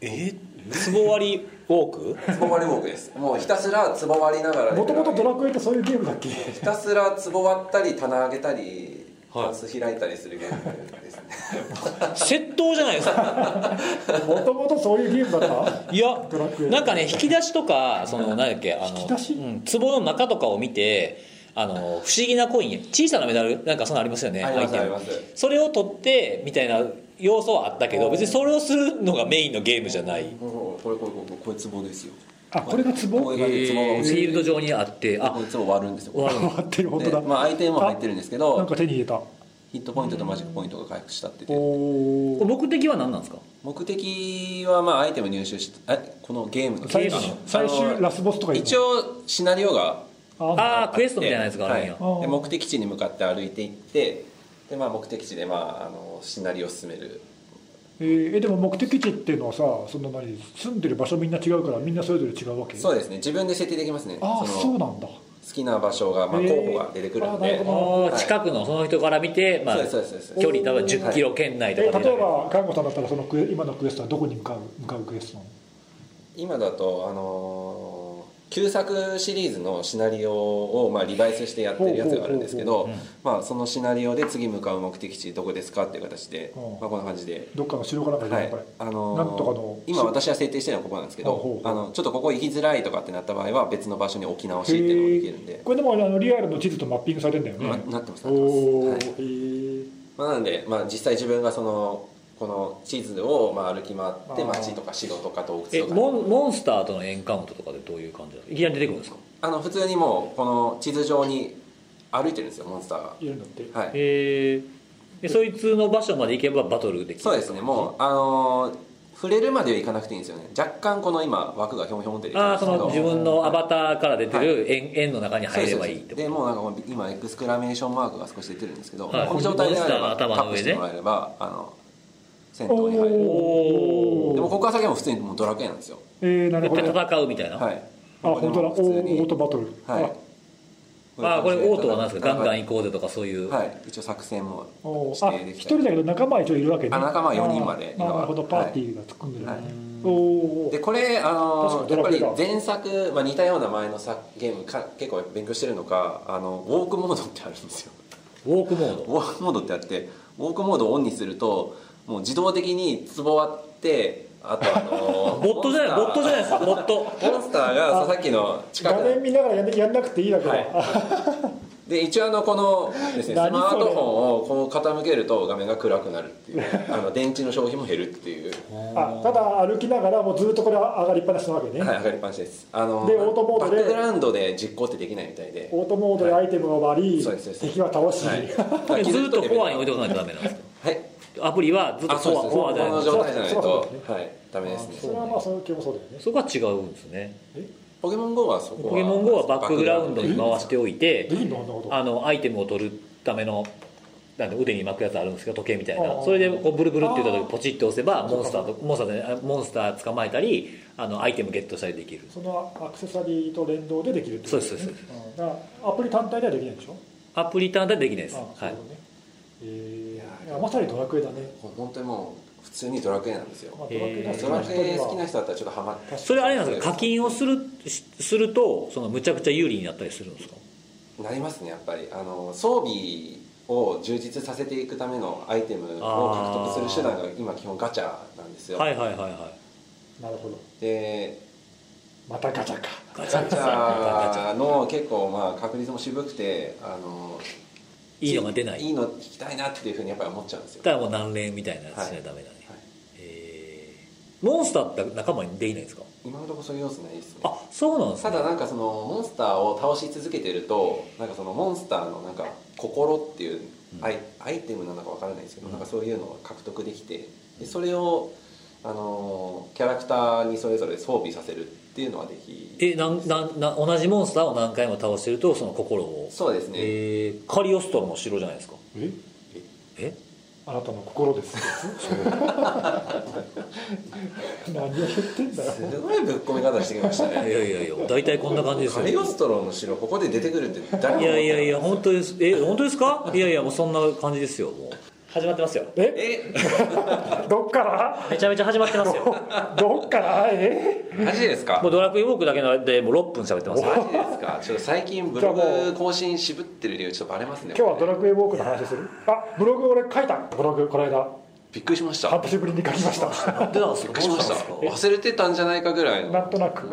えつぼ割りウォークつぼ割りウォークですもうひたすらつぼ割りながらもともとドラクエってそういうゲームだっ けひたすらつぼ割ったり棚上げたりはいタンス開いたりするゲームですね窃盗じゃないですかもともとそういうゲームだったいやドラクエなんかね引き出しとかその何だっけあの引き出しうん、壺の中とかを見てあの不思議なコイン小さなメダルなんかそんなのありますよねありますアイテムありますそれを取ってみたいな要素はあったけど別にそれをするのがメインのゲームじゃないこれこれこれこれつぼですよあこれがツボこ終れがねつぼがフ落ィちールド上にあってあこれつぼ割るんですよ終わるのわってる本当だ、でまあ相手も入ってるんですけなんどか手に入れたヒットポイントとマジックポイントが回復したってお言ってお目的は何なんですか目的はまあアイテム入手してえこのゲームの最ゲーム終の最あ終のラスボスとかいるの一応シナリオがあああクエストみたいなやつがあるんや、あーはい、で目的地に向かって歩いていってで、まあ、目的地で、まあ、あのシナリオを進めるえーえでも目的地っていうのはさその何住んでる場所みんな違うからみんなそれぞれ違うわけそううですね自分で設定できますねああのそうなんだ好きな場所が、まあ、へー候補が出てくるんあなでるほあーはい近くのその人から見て、まあ、そ距うです離そうですそうです多分1 0キロ圏内えとかで例えば看護さんだったらそのクエ今のクエストはどこに向かう向かうクエストなの今だと、あのー旧作シリーズのシナリオを、まあ、リバイスしてやってるやつがあるんですけほどうほうほうまあそのシナリオで次向かう目的地どこですかっていう形で、うんまあ、こんな感じでどっかの城かなんかいるはのいこれ、あのーなんとかの今私は設定してるのはここなんですけあほどうほうあのちょっとここ行きづらいとかってなった場合は別の場所に置き直しっていうのもできるんへえで、これでもあのリアルの地図とマッピングされてんだよね、まあ、なってますなっておお、ます、はいへえまあ、なので、まあ、実際自分がそのこの地図をまあ歩き回っあーて街とか城とか洞窟えとかモンモンスターとのエンカウントとかでどういう感じなんですかいきなり出てくるんですかあの普通にもうこの地図上に歩いてるんですよモンスターがいるんだってはいへえでそいつの場所まで行けばバトルできるそうですねもうあのー触れるまではいかなくていいんですよね若干この今枠がひょんひょんって出てるんあであすそけどの自分のアバターから出てる円,、円の中に入ればいいってことででもうなんかこの今エクスクラメーションマークが少し出てるんですけど、はいこの状態であれモンばスタータの頭のップ上しでてもらえればあの戦お闘に入るおでもここから先はもう普通にもうドラクエなんですよえー、なるほどあ戦うみたいな、はい本当こだおこでもう普通にーオートバトル、はいああこれオートは何ですかガンガンい行こうぜとかそういう、はい一応作戦もあお指ーあ定で一きた人りだけど仲間は一応いるわけねあ仲間は四人まであーあーなるほどパーティーが作んでるね、はいおおでこれあの確やかにっドラぱクエりだ前作、まあ、似たような前の作ゲームか結構勉強してるのかあのウォークモードってあるんですよウォークモードウォークモードってあってウォークモードをオンにするともう自動的にツボ割ってあとあの ボットじゃないボットじゃないですかボットモンスターがさっきの近画く面見ながらやんなやんなくていいだけだ、はいで一応あのこのですねスマ何それートフォンをこう傾けると画面が暗くなるって いうあの電池の消費も減るっていうあただ歩きながらもうずっとこれ上がりっぱなしなわけね、はい上がりっぱなしですあのでオートモードでバックグラウンドで実行ってできないみたいでオートモードでアイテムが割り、そうですそうです敵は倒 し、はえいずっとコアに置いておかないとダメなんですはいかアプリはずっとあそうコアですコアこじゃないのですか状態じゃないそうとそうはいダメです そねれはまあその今日もそうだよねそこは違うんですねポケモン GO はそこはポケモン GO はバックグラウンドに回しておいてできんのそんなことあのアイテムを取るためのなんで腕に巻くやつあるんですけど時計みたいあなーそれでこうブルブルって言ったあ時ーポチッと押せばモンスターとモンスターじゃないあモンスター捕まえたりあのアイテムゲットしたりできるそのアクセサリーと連動でできるってことそうですそうですうんだからアプリ単体ではできないでしょアプリ単体でできないですあはそういね、えーいやまさにドラクエだね、本当にもう普通にドラクエなんですよまあ、えードドララククエが好エ好ききな人にはな人だったらちょっとハマってそれあれなんですか課金をするしするとそのむちゃくちゃ有利になったりするんですかなりますねやっぱりあの装備を充実させていくためのアイテムを獲得する手段が今基本ガチャなんですよ、はいはいはいはいなるほどでまたガチャかガチャガチガチャガチャャの結構まあ確率も渋くてあのいいのが出ないいいの聞きたいなっていうふうにやっぱり思っちゃうんですよだからもう何連みたいなやつしないとダメだね、はいえーモンスターって仲間にできないんですか今のところそういう要素ないですねあそうなんですたねだなんかそのモンスターを倒し続けてるとなんかそのモンスターのなんか心っていうアイ,、アイテムなのかわからないですけど、なんかそういうのを獲得できてでそれをあのーキャラクターにそれぞれ装備させるっていうのはできえなんなんな同じモンスターを何回も倒してるとその心をそうですね、えーカリオストロも城じゃないですかええあなたの心です 何を言ってんだよすごいぶっ込み方してきました いやねいやいや大体こんな感じですカよリオいストロの城ここで出てくるって誰も思ってなやいやいや本当ですえ本当ですかいやいやもうそんな感じですよもう始まってますよええどっからめちゃめちゃ始まって ますよどっからえマジですかもうドラクエウォークだけのでもう6分喋ってますよマジですかちょっと最近ブログ更新渋ってる理由ちょっとバレますね今日はドララクエウォークの話するあブログ俺書いたブログこの間びっくりしました半年ぶりに書きました 出たんですびっかくりしましたどうなんですか忘れてたんじゃないかぐらいなのんとなく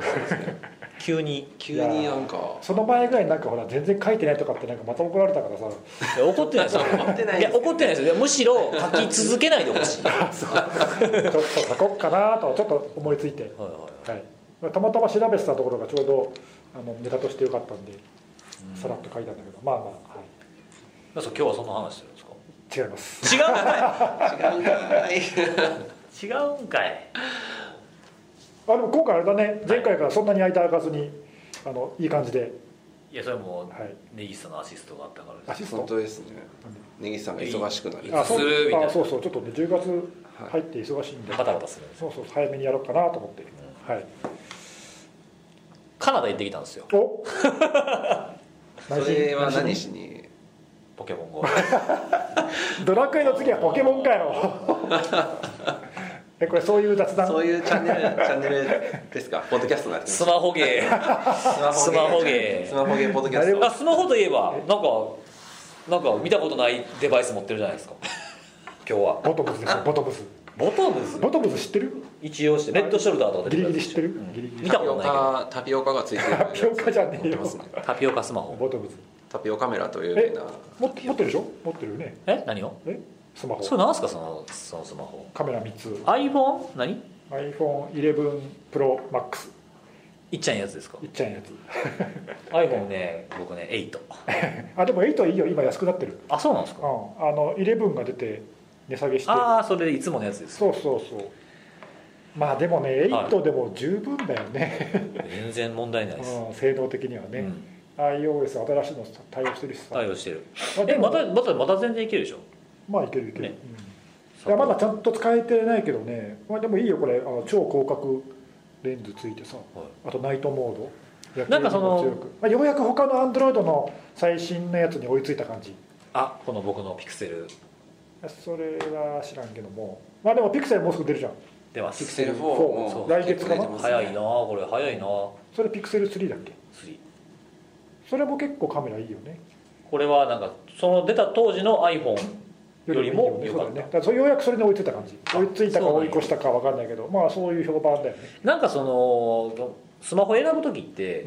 急に急になんかその前ぐらいなんかほら全然書いてないとかってなんかまた怒られたからさいや怒ってないですよ怒ってないいでやす怒ってないですよいやむしろ書き続けないでほ しいはいちょっと書こうかなとちょっと思いついて、はいはいまあ、たまたま調べてたところがちょうどあのネタとしてよかったんでさらっと書いたんだけどまあまあ、は皆さん今日はそんな話してるんですかい、違いま違うんか違うすかいい違うんかいあでも今回あれだね前回からそんなに間空かずにあのいい感じで、いやそれもはい、根岸さんのアシストがあったからですアシス本ト当ですね根岸さんが忙しくなりあすそうるみたいなあそうそうちょっとね10月入って忙しいんで、バタバタするんですそうそう早めにやろうかなと思って、はいカナダ行ってきたんですよおそれは何内しにポケモン GO 心ドラクエの次はポケモンかよえこれそういう雑談そういうチャンネルチャンネルですかポッドキャストに なってますスマホゲースマホゲースマホゲーポッドキャスあトスマホといえばなんかなんか見たことないデバイス持ってるじゃないですか今日はボトムズですよボトムズボトムズボトムズ知ってる一応してレッドショルダーとか出ギてるリギやリつ知ってる、ギリギリ見タたピことオないけどカタピオカがついてるタピオカじゃねえ持っよてますねタピオカスマホボトムズタピオカメラというよえうなも持ってるでしょ持ってるよねえ何をえスマそホれなんすかそのそのスマホカメラ3つ iPhone 何 iPhone11ProMax いっちゃんやつですかいっちゃんやつ iPhone ね僕ね8あでも8はいいよ今安くなってるあそうなんですうかんあの11が出て値下げしてああそれでいつものやつですそうそうそうまあでもねはい8でも十分だよね、全然問題ないです、うん、性能的にはうね、ん、 iOS 新しいの対応してるしさ、対応してるまあでえまもたまたまた全然いけるでしょまあいけるいける、ねうんいやまだちゃんと使えてないけどね、まあ、でもいいよこれあの超広角レンズついてさ、あとナイトモード夜景なんかそのにも強くまあ、ようやく他のアンドロイドの最新のやつに追いついた感じあこの僕のピクセルそれは知らんけどもまあでもピクセルもうすぐ出るじゃん出まピクすセル4そうも来月かな早いなあこれ早いなあそれピクセル3だっけ3それも結構カメラいいよねこれはなんかその出た当時の iPhone よりもい良かいよねそうっだねだたからそれようやくそれに追いついた感じあ追いついたかそうなん追いや越したか分かんないけどまあそういう評判だよね、なんかそのスマホ選ぶ時って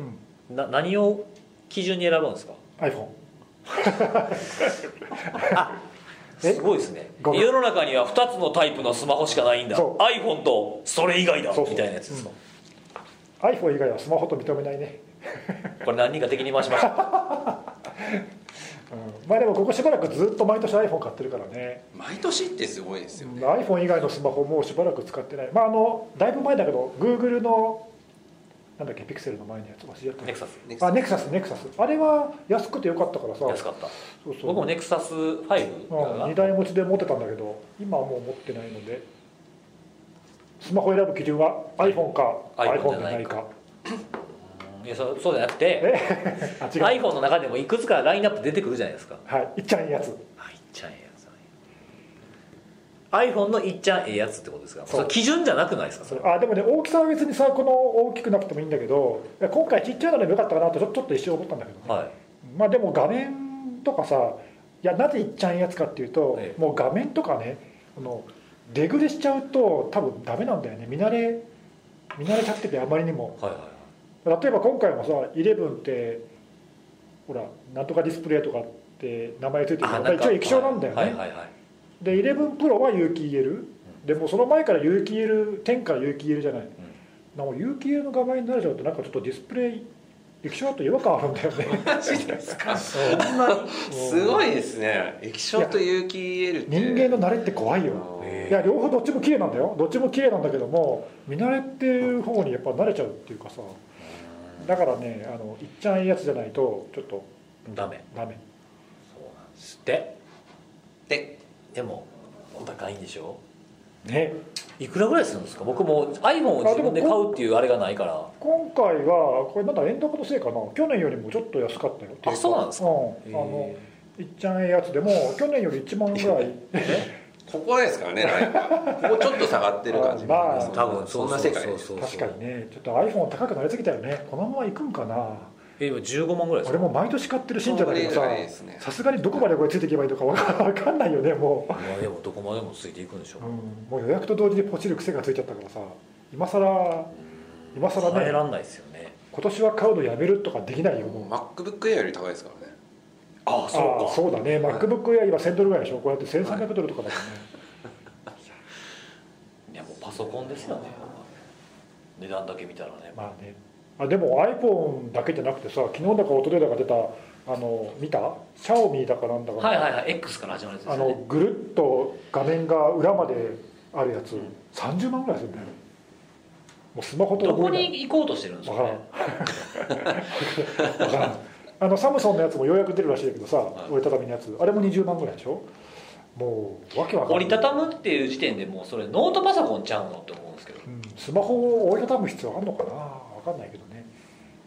うん、な何を基準に選ぶんですか iPhone えすごいですねごめん世の中には2つのタイプのスマホしかないんだそ iPhone とそれ以外だそうそうみたいなやつですか、 iPhone 以外はスマホと認めないね、これ何人か敵に回しましたうん、まあでもここしばらくずっと毎年 iPhone 買ってるからね毎年ってすごいですよね iPhone 以外のスマホもうしばらく使ってないまああのだいぶ前だけど Google のなんだっけピクセルの前のやつ忘れちゃっネクサスネクたサ あネクサスネクサスあれは安くてよかったからさ安かったそうそう僕もネクサス5うん、2が台持ちで持ってたんだけど今はもう持ってないのでスマホ選ぶ基準は iPhone か iPhone じ iPhone ゃじゃなないいかかいやそそうじゃなくて あ違う、はい iPhone の中でもいくつかラインナップ出てくるじゃないですかいっちゃんいいやつあいっちゃんええやつだね iPhone のいっちゃんええやつってことですかそうそれ基準じゃなくないですかそれあでもね大きさは別にさこの大きくなくてもいいんだけどいや今回ちっちゃいのでもよかったかなとちょちょっと一瞬思ったんだけどね、はいまあでも画面とかさいやなぜいっちゃんやつかっていうと、ええもう画面とかねあのデグレしちゃうと多分ダメなんだよね見慣れ見慣れちゃっててあまりにもはいはいはい例えば今回もさ11ってほらなんとかディスプレイとかって名前ついてるあかならんか一応液晶なんだよね、はいはいはいで11プロは有機 EL でもうその前から有機 EL 10から有機 EL じゃない、なんか有機 EL の画面になれちゃうとなんかちょっとディスプレイ液晶だと違和感あるんだよね ですかそんなにすごいですね液晶と有機 EL って人間の慣れって怖いよいや両方どっちも綺麗なんだよどっちも綺麗なんだけども見慣れっていう方にやっぱ慣れちゃうっていうかさだからねあのいっちゃんいいやつじゃないとちょっとダメダメそうなんですってででもお高いんでしょねいくらぐらいするんですか僕も iPhone を自分で買うっていうあれがないから今回はこれまだ円高のせいかな去年よりもちょっと安かったよあそうなんですか、うんあのへいっちゃんええやつでも去年より1万ぐらいここですからねなんかここちょっと下がってる感じまあ多分そんな世界そうでそうそう確かにねちょっと iPhone 高くなりすぎたよねこのままいくんかなえ今15万ぐらいです俺かも毎年買ってる信者だけどそさんぐらいじゃないですねさすがにどこまでこれついていけばいいのかわかわかんないよねもう、まあでもどこまでもついていくんでしょう、うん、もう予約と同時にポチる癖がついちゃったからさ今更今更耐えねらんないですよね今年は買うのやめるとかできないよもう MacBook Air より高いですからねああああそうだね MacBook Air 今1000ドルぐらいでしょこうやって1300ドルとかだよね、いやもうパソコンですよね値段だけ見たらね、まあねあでも iPhone だけじゃなくてさ昨日だか一昨日だか出たあの見たシャオミだかなんだかの、はいはいはい X から始まるやつであすよのねぐるっと画面が裏まであるやつ、30万ぐらいするんだよもうスマホとどこ覚えないに行こうとしてるんですわかからねんわからんあのサムソンのやつもようやく出るらしいんだけどさ、折りたたみのやつあれも20万ぐらいでしょもうわけわかんな折いりたたむっていう時点でもうそれノートパソコンちゃうのって思うんですけどうん、スマホを折りたたむ必要あるのかなわかんないけどね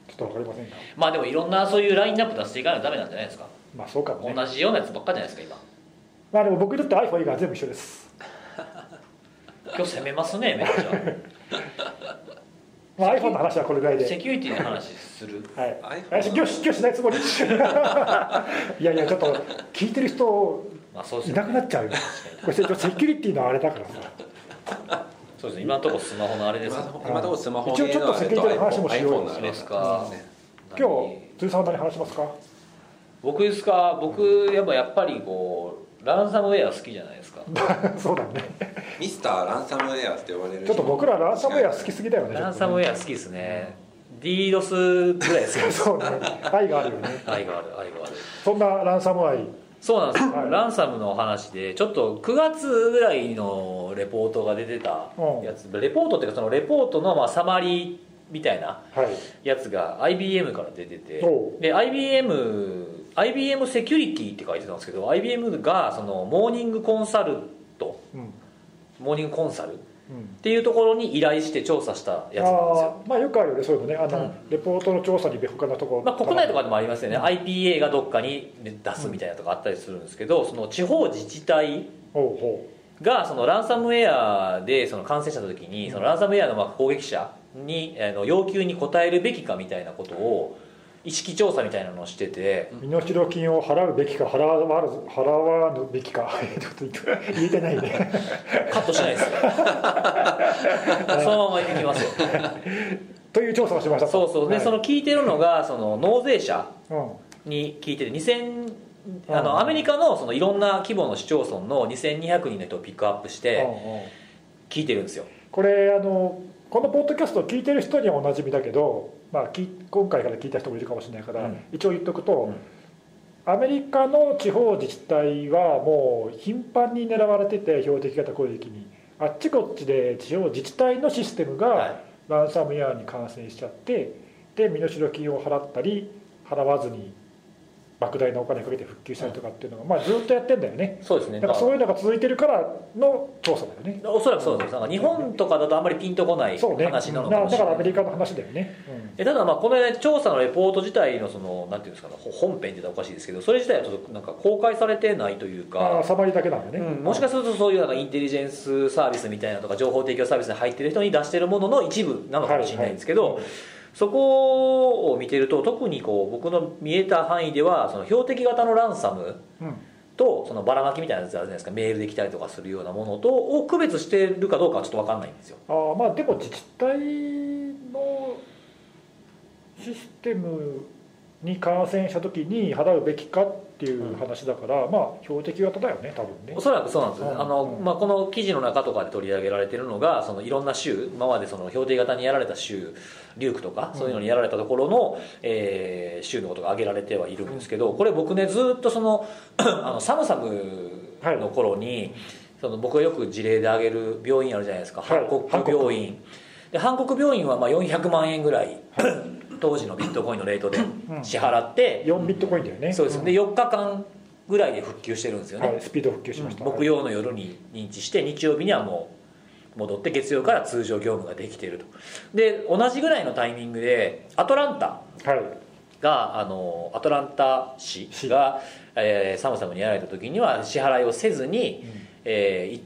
ちょっとわかりませんがまあでもいろんなそういうラインナップ出していかないとダメなんじゃないですかまあそうかもね同じようなやつばっかじゃないですかまあでも僕にとって iPhone 以外は全部一緒です、今今日攻めます ねめっちまあ、iPhone の話はこれぐらいゃセで、キュリティの話するはい、 iPhone 私今日今日しない つもりいやいやちょっと聞いてる人まあそうですいよなくなっちゃうよこれセキュリティのあれだからさそうですね今のところスマホのあれですよ今の今のところスマホ一応ちょっとセキュリティの話もしようよ iPhone のあれそうですかね今日辻さんは何話しますか 僕ですか僕やっぱやっぱりこうランサムウェア好きじゃないですかそうだねミスターランサムウェアって呼ばれるちょっと僕らランサムウェア好きすぎだよねランサムウェェア好きですね DDoS ぐらい好き ですそうね愛があるよね愛がある愛があるそんなランサム愛そうなんですよはいランサムのお話でちょっと9月ぐらいのレポートが出てたやつレポートっていうかそのレポートのまあサマリーみたいなはいやつが IBM から出てておうで IBM IBM セキュリティって書いてたんですけど IBM がそのモーニングコンサルトうんモーニングコンサルっうんていうところに依頼して調査したやつなんですよあーまあよくあるよねそういうのねあの、うレポートの調査に他のところまあ、国内とかででもありますよね IPA がどっかに出すみたいなとかあったりするんですけどその地方自治体おうほがそのランサムウェアでその感染した時にそのランサムウェアのまあ攻撃者にあの要求に応えるべきかみたいなことを意識調査みたいなのをしててう身代金を払うべきか払わず払わぬべきか ちょっと言えてないね カットしないです よそのままいきますよという調査をしましたそうそうでその、の聞いてるのがその納税者うんに聞いてる2000あうんのアメリカのそのいろんな規模の市町村の2200人の人をピックアップしてうんうん聞いてるんですよこれあのこのポッドキャストを聞いてる人にはおなじみだけど、まあ、き今回から聞いた人もいるかもしれないから、うん一応言っとくと、アメリカの地方自治体はもう頻繁に狙われてて標的型攻撃にあっちこっちで地方自治体のシステムはがいランサムウェアに感染しちゃってで身代金を払ったり払わずに莫大なお金かけて復旧したりとかっていうのが、まあ、ずっとやってんだよねそうですねだからそういうのが続いてるからの調査だよねおそらくそうですなんか日本とかだとあんまりピンとこないそうね話なのかもしだれかならアいメリカの話だよね、うんえただまあこの調査のレポート自体のそのなんていうんですかねほ本編って言ったらおかしいですけどそれ自体はちょっとなんか公開されてないというああかサバリだけなんだね、うんもしかするとそういうなんかインテリジェンスサービスみたいなのとか情報提供サービスに入ってる人に出してるものの一部なのかもしれないんですけど、そこを見てると特にこう僕の見えた範囲ではその標的型のランサムうんとそのばらまきみたいなやつあるじゃないですかメールできたりとかするようなものとを区別してるかどうかはちょっと分かんないんですよあーまあでも自治体のシステムに感染した時に払うべきかっていう話だから、まあ標的型だよね多分ねおそらくそうなんです、うんあのうんまあ、この記事の中とかで取り上げられてるのがそのいろんな州今までその標定型にやられた州リュークとかそういうのにやられたところの、えー州のことが挙げられてはいるんですけどこれ僕ねずっとその あのサムサムの頃に、その僕がよく事例で挙げる病院あるじゃないですか、はいハンコック病院でハンコック病院はまあ400万円ぐらい当時のビットコインのレートで支払って、 4ビットコインだよねそうですねんで4日間ぐらいで復旧してるんですよね、はい、スピード復旧しました、木曜の夜に認知して日曜日にはもう戻って月曜から通常業務ができているとで同じぐらいのタイミングでアトランタはいがあのアトランタ市がえーサムサムにやられた時には支払いをせずに、えーい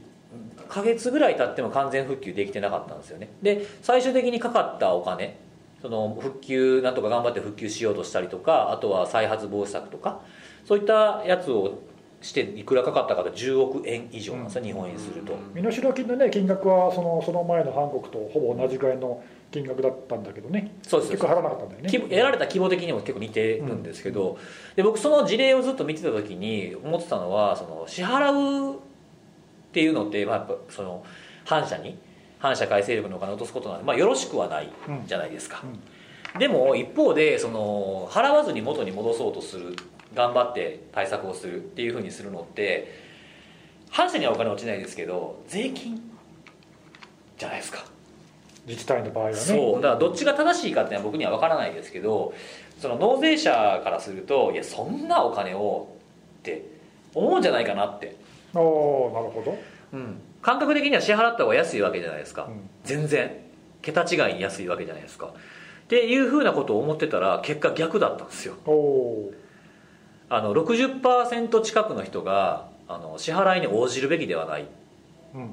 1ヶ月ぐらい経っても完全復旧できてなかったんですよねで最終的にかかったお金その復旧なんとか頑張って復旧しようとしたりとかあとは再発防止策とかそういったやつをしていくらかかったかと10億円以上なんですよ、日本円にすると、身代金のね金額はそのその前の韓国とほぼ同じぐらいの金額だったんだけどねそうです結局払わなかったんだよ規ね模得られた規模的にも結構似てるんですけど、で僕その事例をずっと見てた時に思ってたのはその支払うっていうのって、まあ、やっぱその反社に反社会勢力のお金を落とすことなんで、まあ、よろしくはないじゃないですか、でも一方でその払わずに元に戻そうとする頑張って対策をするっていうふうにするのって反社にはお金落ちないですけど税金じゃないですか自治体の場合はねそうだからどっちが正しいかっていうのは僕には分からないですけどその納税者からするといやそんなお金をって思うんじゃないかなって、おーなるほど、うん、感覚的には支払った方が安いわけじゃないですか、うん全然桁違いに安いわけじゃないですかっていうふうなことを思ってたら結果逆だったんですよおーあの60%近くの人があの支払いに応じるべきではないっうん、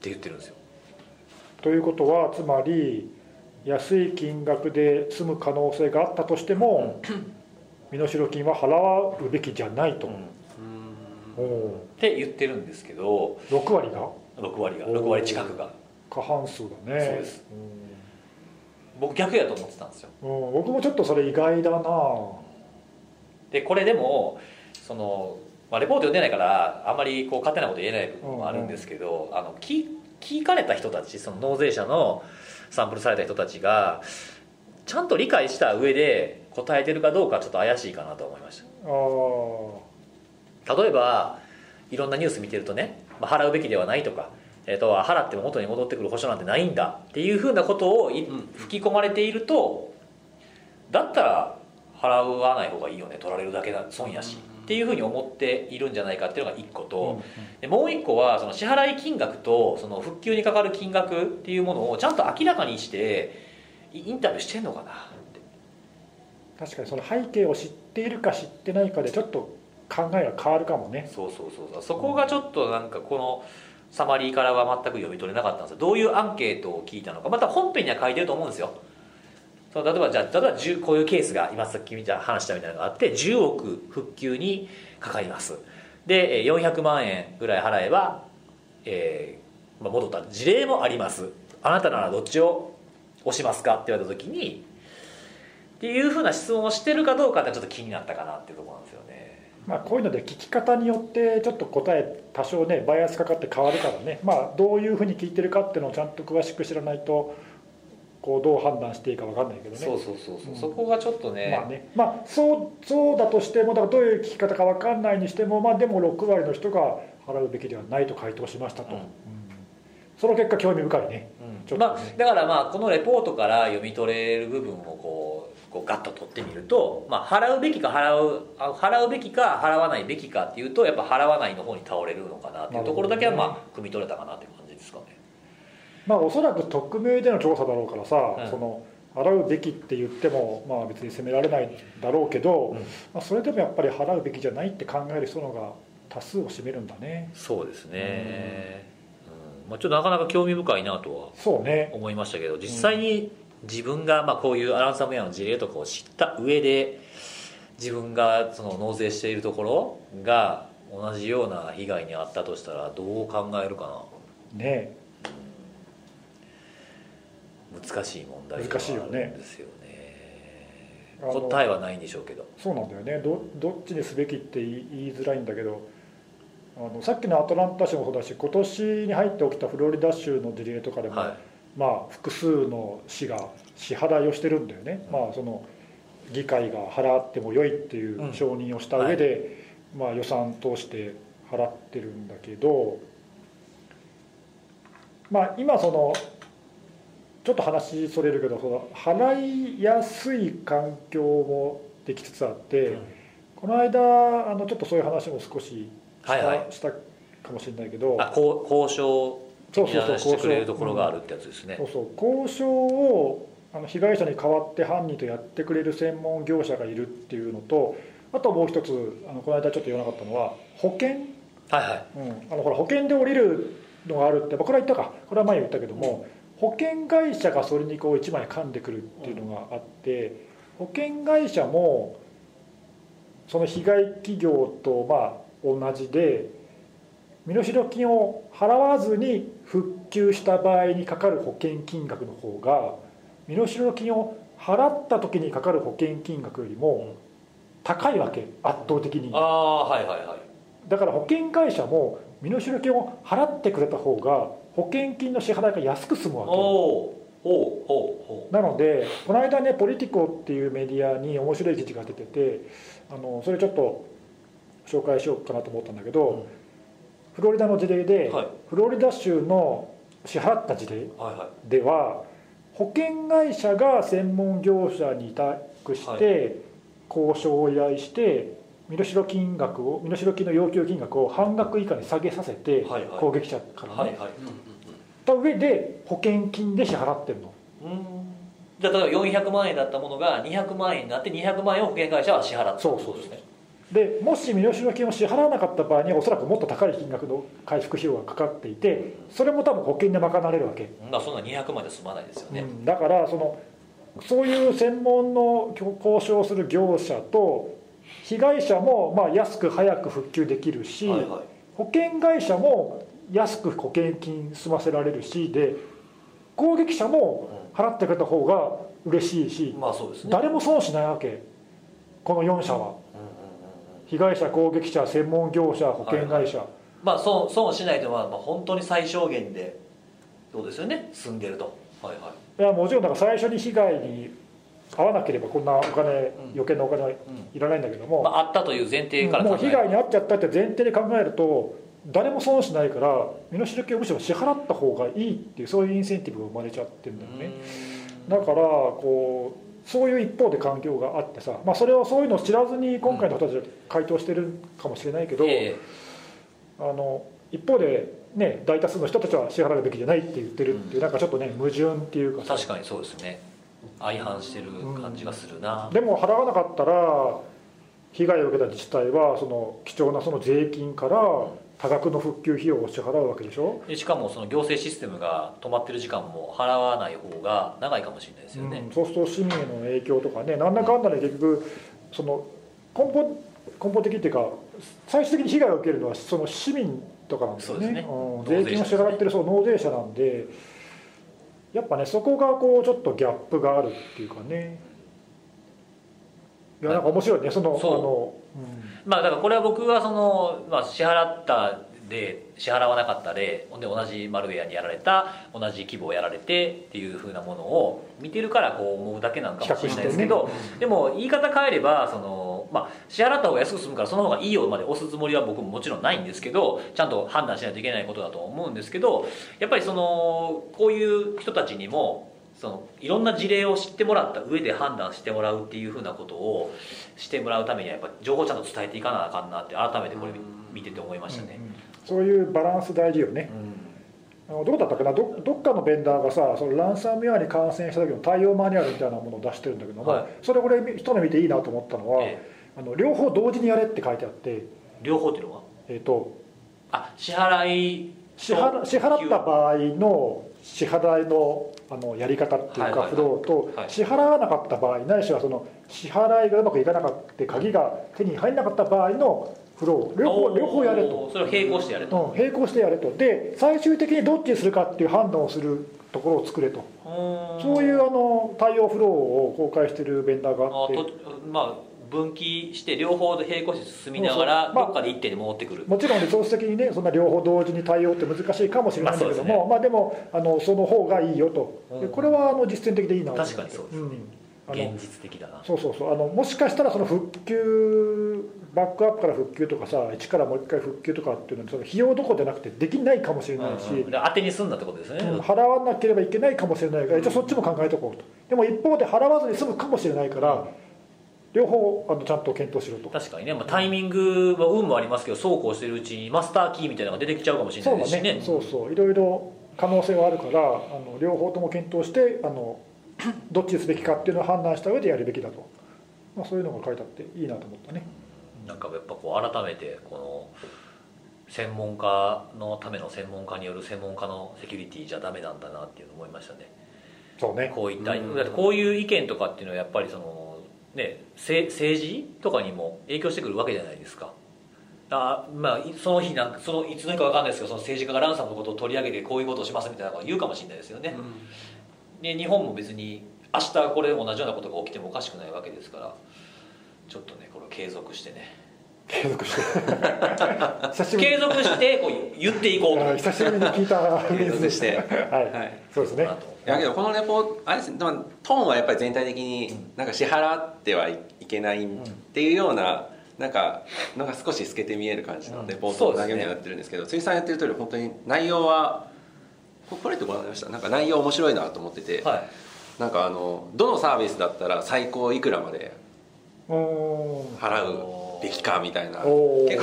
て言ってるんですよということはつまり安い金額で済む可能性があったとしても、 身代金は払うべきじゃないと、おって言ってるんですけどー6割が6割が6割近くが過半数だねそうです僕逆やと思ってたんですようん、うん僕もちょっとそれ意外だなでこれでもその、まあ、レポート読んでないからあんまりこう勝手なこと言えない部分もあるんですけど、あの聞聞かれた人たちその納税者のサンプルされた人たちがちゃんと理解した上で答えてるかどうかちょっと怪しいかなと思いましあーた例えばいろんなニュース見てるとね、まあ、払うべきではないとか、えー、とは払っても元に戻ってくる保証なんてないんだっていうふうなことをいうん吹き込まれているとだったら払わない方がいいよね取られるだけだ損やしっていうふうに思っているんじゃないかっていうのが1個と、でもう1個はその支払い金額とその復旧にかかる金額っていうものをちゃんと明らかにしていインタビューしてんのかなって確かにその背景を知っているか知ってないかでちょっと考えが変わるかもねそうそうそうそうそこがちょっとなんかこのサマリーからは全く読み取れなかったんですよどういうアンケートを聞いたのかまた本編には書いてると思うんですよそう例えばじゃあ例えば10こういうケースが今さっき見た話したみたいなのがあって10億復旧にかかりますでえー400万円ぐらい払えば、えーまあ、戻った事例もありますあなたならどっちを押しますかって言われた時にっていうふうな質問をしてるかどうかってちょっと気になったかなっていうところなんですよねまあ、こういうので聞き方によってちょっと答え多少ねバイアスかかって変わるからね、まあ、どういうふうに聞いてるかっていうのをちゃんと詳しく知らないとこうどう判断していいか分かんないけどねそうそうそうそう、うんそこがちょっとね,、まあねまあ、そうそうだとしてもだからどういう聞き方か分かんないにしても、まあ、でも6割の人が払うべきではないと回答しましたと、うんうんその結果興味深いねうんちょっとねまあだからまあこのレポートから読み取れる部分をこうこうガッと取ってみると、まあ、払うべきか払うあ払うべきか払わないべきかっていうとやっぱ払わないの方に倒れるのかなっていうところだけはなるほどまあ汲み取れたかなって感じですかねまあ、おそらく匿名での調査だろうからさ、うんその払うべきって言っても、まあ、別に責められないだろうけど、うんまあ、それでもやっぱり払うべきじゃないって考える人の方が多数を占めるんだねそうですね、うんまあ、ちょっとなかなか興味深いなとはそうね思いましたけど実際に自分がまあこういうアランサムウェアの事例とかを知った上で自分がその納税しているところが同じような被害に遭ったとしたらどう考えるかねな難しい問題では難しいよねあるんですよねあの答えはないんでしょうけどそうなんだよねどどっちにすべきって言い言いづらいんだけどあのさっきのアトランタ州もそうだし今年に入って起きたフロリダ州の事例とかでも、はまあ、複数の市が支払いをしてるんだよね、まあ、その議会が払っても良いっていう承認をした上で、まあ、予算通して払ってるんだけど、まあ、今そのちょっと話それるけどその払いやすい環境もできつつあって、うんこの間あのちょっとそういう話も少しした,、はいはいしたかもしれないけどいあこう交渉そう的そうなそう話してくれる交渉ところがあるってやつですねそうそう交渉をあの被害者に代わって犯人とやってくれる専門業者がいるっていうのとあともう一つあのこの間ちょっと言わなかったのは保険、はいはいうん、あのほら保険で降りるのがあるって、まあこれは言ったかこれは前言ったけども、保険会社がそれにこう一枚噛んでくるっていうのがあって、保険会社もその被害企業とまあ同じで身代金を払わずに復旧した場合にかかる保険金額の方が身代金を払った時にかかる保険金額よりも高いわけ圧倒的にああはいはいはいだから保険会社も身代金を払ってくれた方が保険金の支払いが安く済むわおけおおおなのでこの間ね「ポリティコ」っていうメディアに面白い記事が出ててあのそれちょっと紹介しようかなと思ったんだけど、うんフロリダの事例で、はいフロリダ州の支払った事例おはいはいでは保険会社が専門業者に委託して交渉を依頼して身代金額を身代金の要求金額を半額以下に下げさせてはいはい攻撃者からね、はいはいた上で保険金で支払ってるのうんじゃあ例えば400万円だったものが200万円になって200万円を保険会社は支払ったそうそうですねでもし身代金を支払わなかった場合にはおそらくもっと高い金額の回復費用がかかっていてそれも多分保険で賄われるわけ、まあそんな200万円で済まないですよね、うんだからそのそういう専門の交渉をする業者と被害者もまあ安く早く復旧できるし、はいはい保険会社も安く保険金済ませられるしで攻撃者も払ってくれた方が嬉しいし、まあそうですね誰も損しないわけこの4社は被害者攻撃者専門業者保険会社、まあ損損しないというのはまあ本当に最小限でそうですよね住んでるとはいはいいやもちろんなんか最初に被害に遭わなければこんなお金余計なお金はいらないんだけども、まあ、あったという前提からもう考え被る害に遭っちゃったって前提で考えると誰も損しないから身代金をむしろ支払った方がいいっていうそういうインセンティブが生まれちゃってるんだよねだからこうそういう一方で環境があってさ、まあ、それをそういうのを知らずに今回の人たちは回答してるかもしれないけど、えあの一方で、ね、大多数の人たちは支払うべきじゃないって言ってるっていう、なんかちょっとね矛盾っていうえかさ確かにそうですね相反してる感じがするな、でも払わなかったら被害を受けた自治体はその貴重なその税金から多額の復旧費用を支払うわけでしょ、でしかもその行政システムが止まってる時間も払わない方が長いかもしれないですよねうん、そうすると市民への影響とかねなんだかんだで結局その根本根本的っていうか最終的に被害を受けるのはその市民とかなんですよねそうですねうん納税者税金を支払ってるそう納税者なんでやっぱねそこがこうちょっとギャップがあるっていうかねいやなんか面白いねそのそうあの、うんまあだからこれは僕がその、まあ、支払った例支払わなかった例ほんで同じマルウェアにやられた同じ規模をやられてっていうふうなものを見てるからこう思うだけなんかもしれないですけど、でも言い方変えればその、まあ、支払った方が安く済むからその方がいいよまで押すつもりは僕ももちろんないんですけどちゃんと判断しないといけないことだと思うんですけどやっぱりそのこういう人たちにもそのいろんな事例を知ってもらった上で判断してもらうっていうふうなことをしてもらうためにはやっぱ情報をちゃんと伝えていかなあかんなって改めてこれ見てて思いましたね。そういうバランス大事よね、あのどうだったかなどどっかのベンダーがさそのランサムウェアに感染した時の対応マニュアルみたいなものを出してるんだけども、はいそれ俺一目見ていいなと思ったのは、えあの両方同時にやれって書いてあって、両方っていうのはえー、とあ支払い支払支払った場合の支払いのあのやり方っていうかはいはいはいフローとはい支払わなかった場合ないしはその支払いがうまくいかなかった鍵が手に入らなかった場合のフロー両お方ー両方やれとそれを並行してやれと、うん、並行してやれとで最終的にどっちにするかっていう判断をするところを作れとそういうあの対応フローを公開してるベンダーがああってとまあ分岐して両方で並行して進みながらそうそうまあどっかで一点に戻ってくる、もちろんリソース的にねそんな両方同時に対応って難しいかもしれないんだけども、まあでもあのその方がいいよと、でこれはあの実践的でいいなと確かにそうですねんあの現実的だなそうそうそうあのもしかしたらその復旧バックアップから復旧とかさ一からもう一回復旧とかっていうのはその費用どころじゃなくてできないかもしれないし、うんで当てにすんだってことですね、うん払わなければいけないかもしれないから一応そっちも考えておこうとでも一方で払わずに済むかもしれないから両方あのちゃんと検討しろと確かにね、まあ、タイミングは運もありますけどそうこうしてるうちにマスターキーみたいなのが出てきちゃうかもしれそなういですだしねねそうそういろいろ可能性はあるからあの両方とも検討してあの どっちにすべきかっていうのを判断した上でやるべきだと、まあ、そういうのが書いてあっていいなと思ったねなんかやっぱこう改めてこの専門家のための専門家による専門家のセキュリティじゃダメなんだなっていうの思いましたねそうねこういったうんだってこういう意見とかっていうのはやっぱりそのねせ政治とかにも影響してくるわけじゃないですかあまあいその日なんかそのいつの日か分かんないですけどその政治家がランさんのことを取り上げてこういうことをしますみたいなことを言うかもしれないですよね、で日本も別に明日これ同じようなことが起きてもおかしくないわけですからちょっとねこれを継続してね継続して久しぶり継続してこう言っていこうとあ 久しぶりに聞いたフレーズ継続してはい、はいそうですねなといやけどこのレポあれですねでもトーンはやっぱり全体的になんか支払ってはいけないっていうようななんかのが少し透けて見える感じなので冒頭の内容にはなってるんですけど辻さんやってる通り本当に内容はここれってご覧になりましたなんか内容面白いなと思っててはなんかあのどのサービスだったら最高いくらまでおー払うべきかみたいなおー結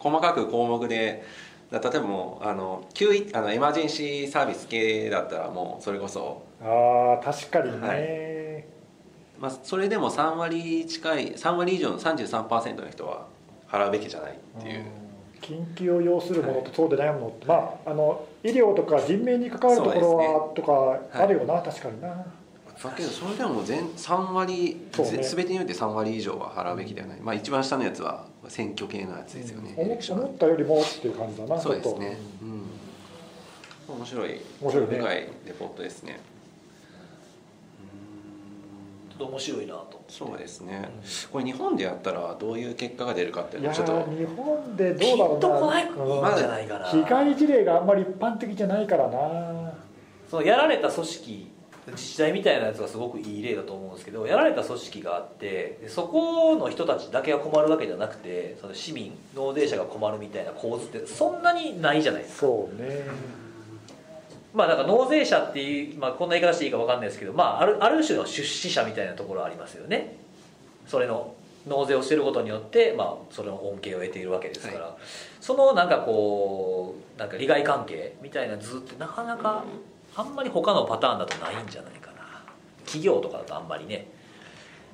構細かく項目でだ例えばもうあの急いあのエマージェンシーサービス系だったらもうそれこそあー確かにね、はまあ、それでも3割近い3割以上の33%の人は払うべきじゃないっていう、緊急を要するものとそうでないものって、まああの医療とか人命に関わるところは、とかあるよな、確かになだけどそれでも全3割、そうねぜ全てにおいて3割以上は払うべきではない、まあ、一番下のやつは選挙系のやつですよね、思エレっクション思ったよりもっていう感じだなそうですちょっね、うん、面白い面白いね深いレポートですねいちょっと面白いなとそうですねこれ日本でやったらどういう結果が出るかってといういのやはちょっとー日本できどっうだとろうな怖いうんんじゃないかな、被害事例があんまり一般的じゃないからなそのやられた組織自治体みたいなやつがすごくいい例だと思うんですけどやられた組織があってでそこの人たちだけが困るわけじゃなくてその市民納税者が困るみたいな構図ってそんなにないじゃないですかそうねまあ、だから納税者っていう、まあ、こんな言い方していいか分かんないですけど、まあ、あるある種の出資者みたいなところはありますよねそれの納税をしてることによって、まあ、それの恩恵を得ているわけですから、そのなんかこうなんか利害関係みたいな図ってなかなかあんまり他のパターンだとないんじゃないかな企業とかだとあんまりね、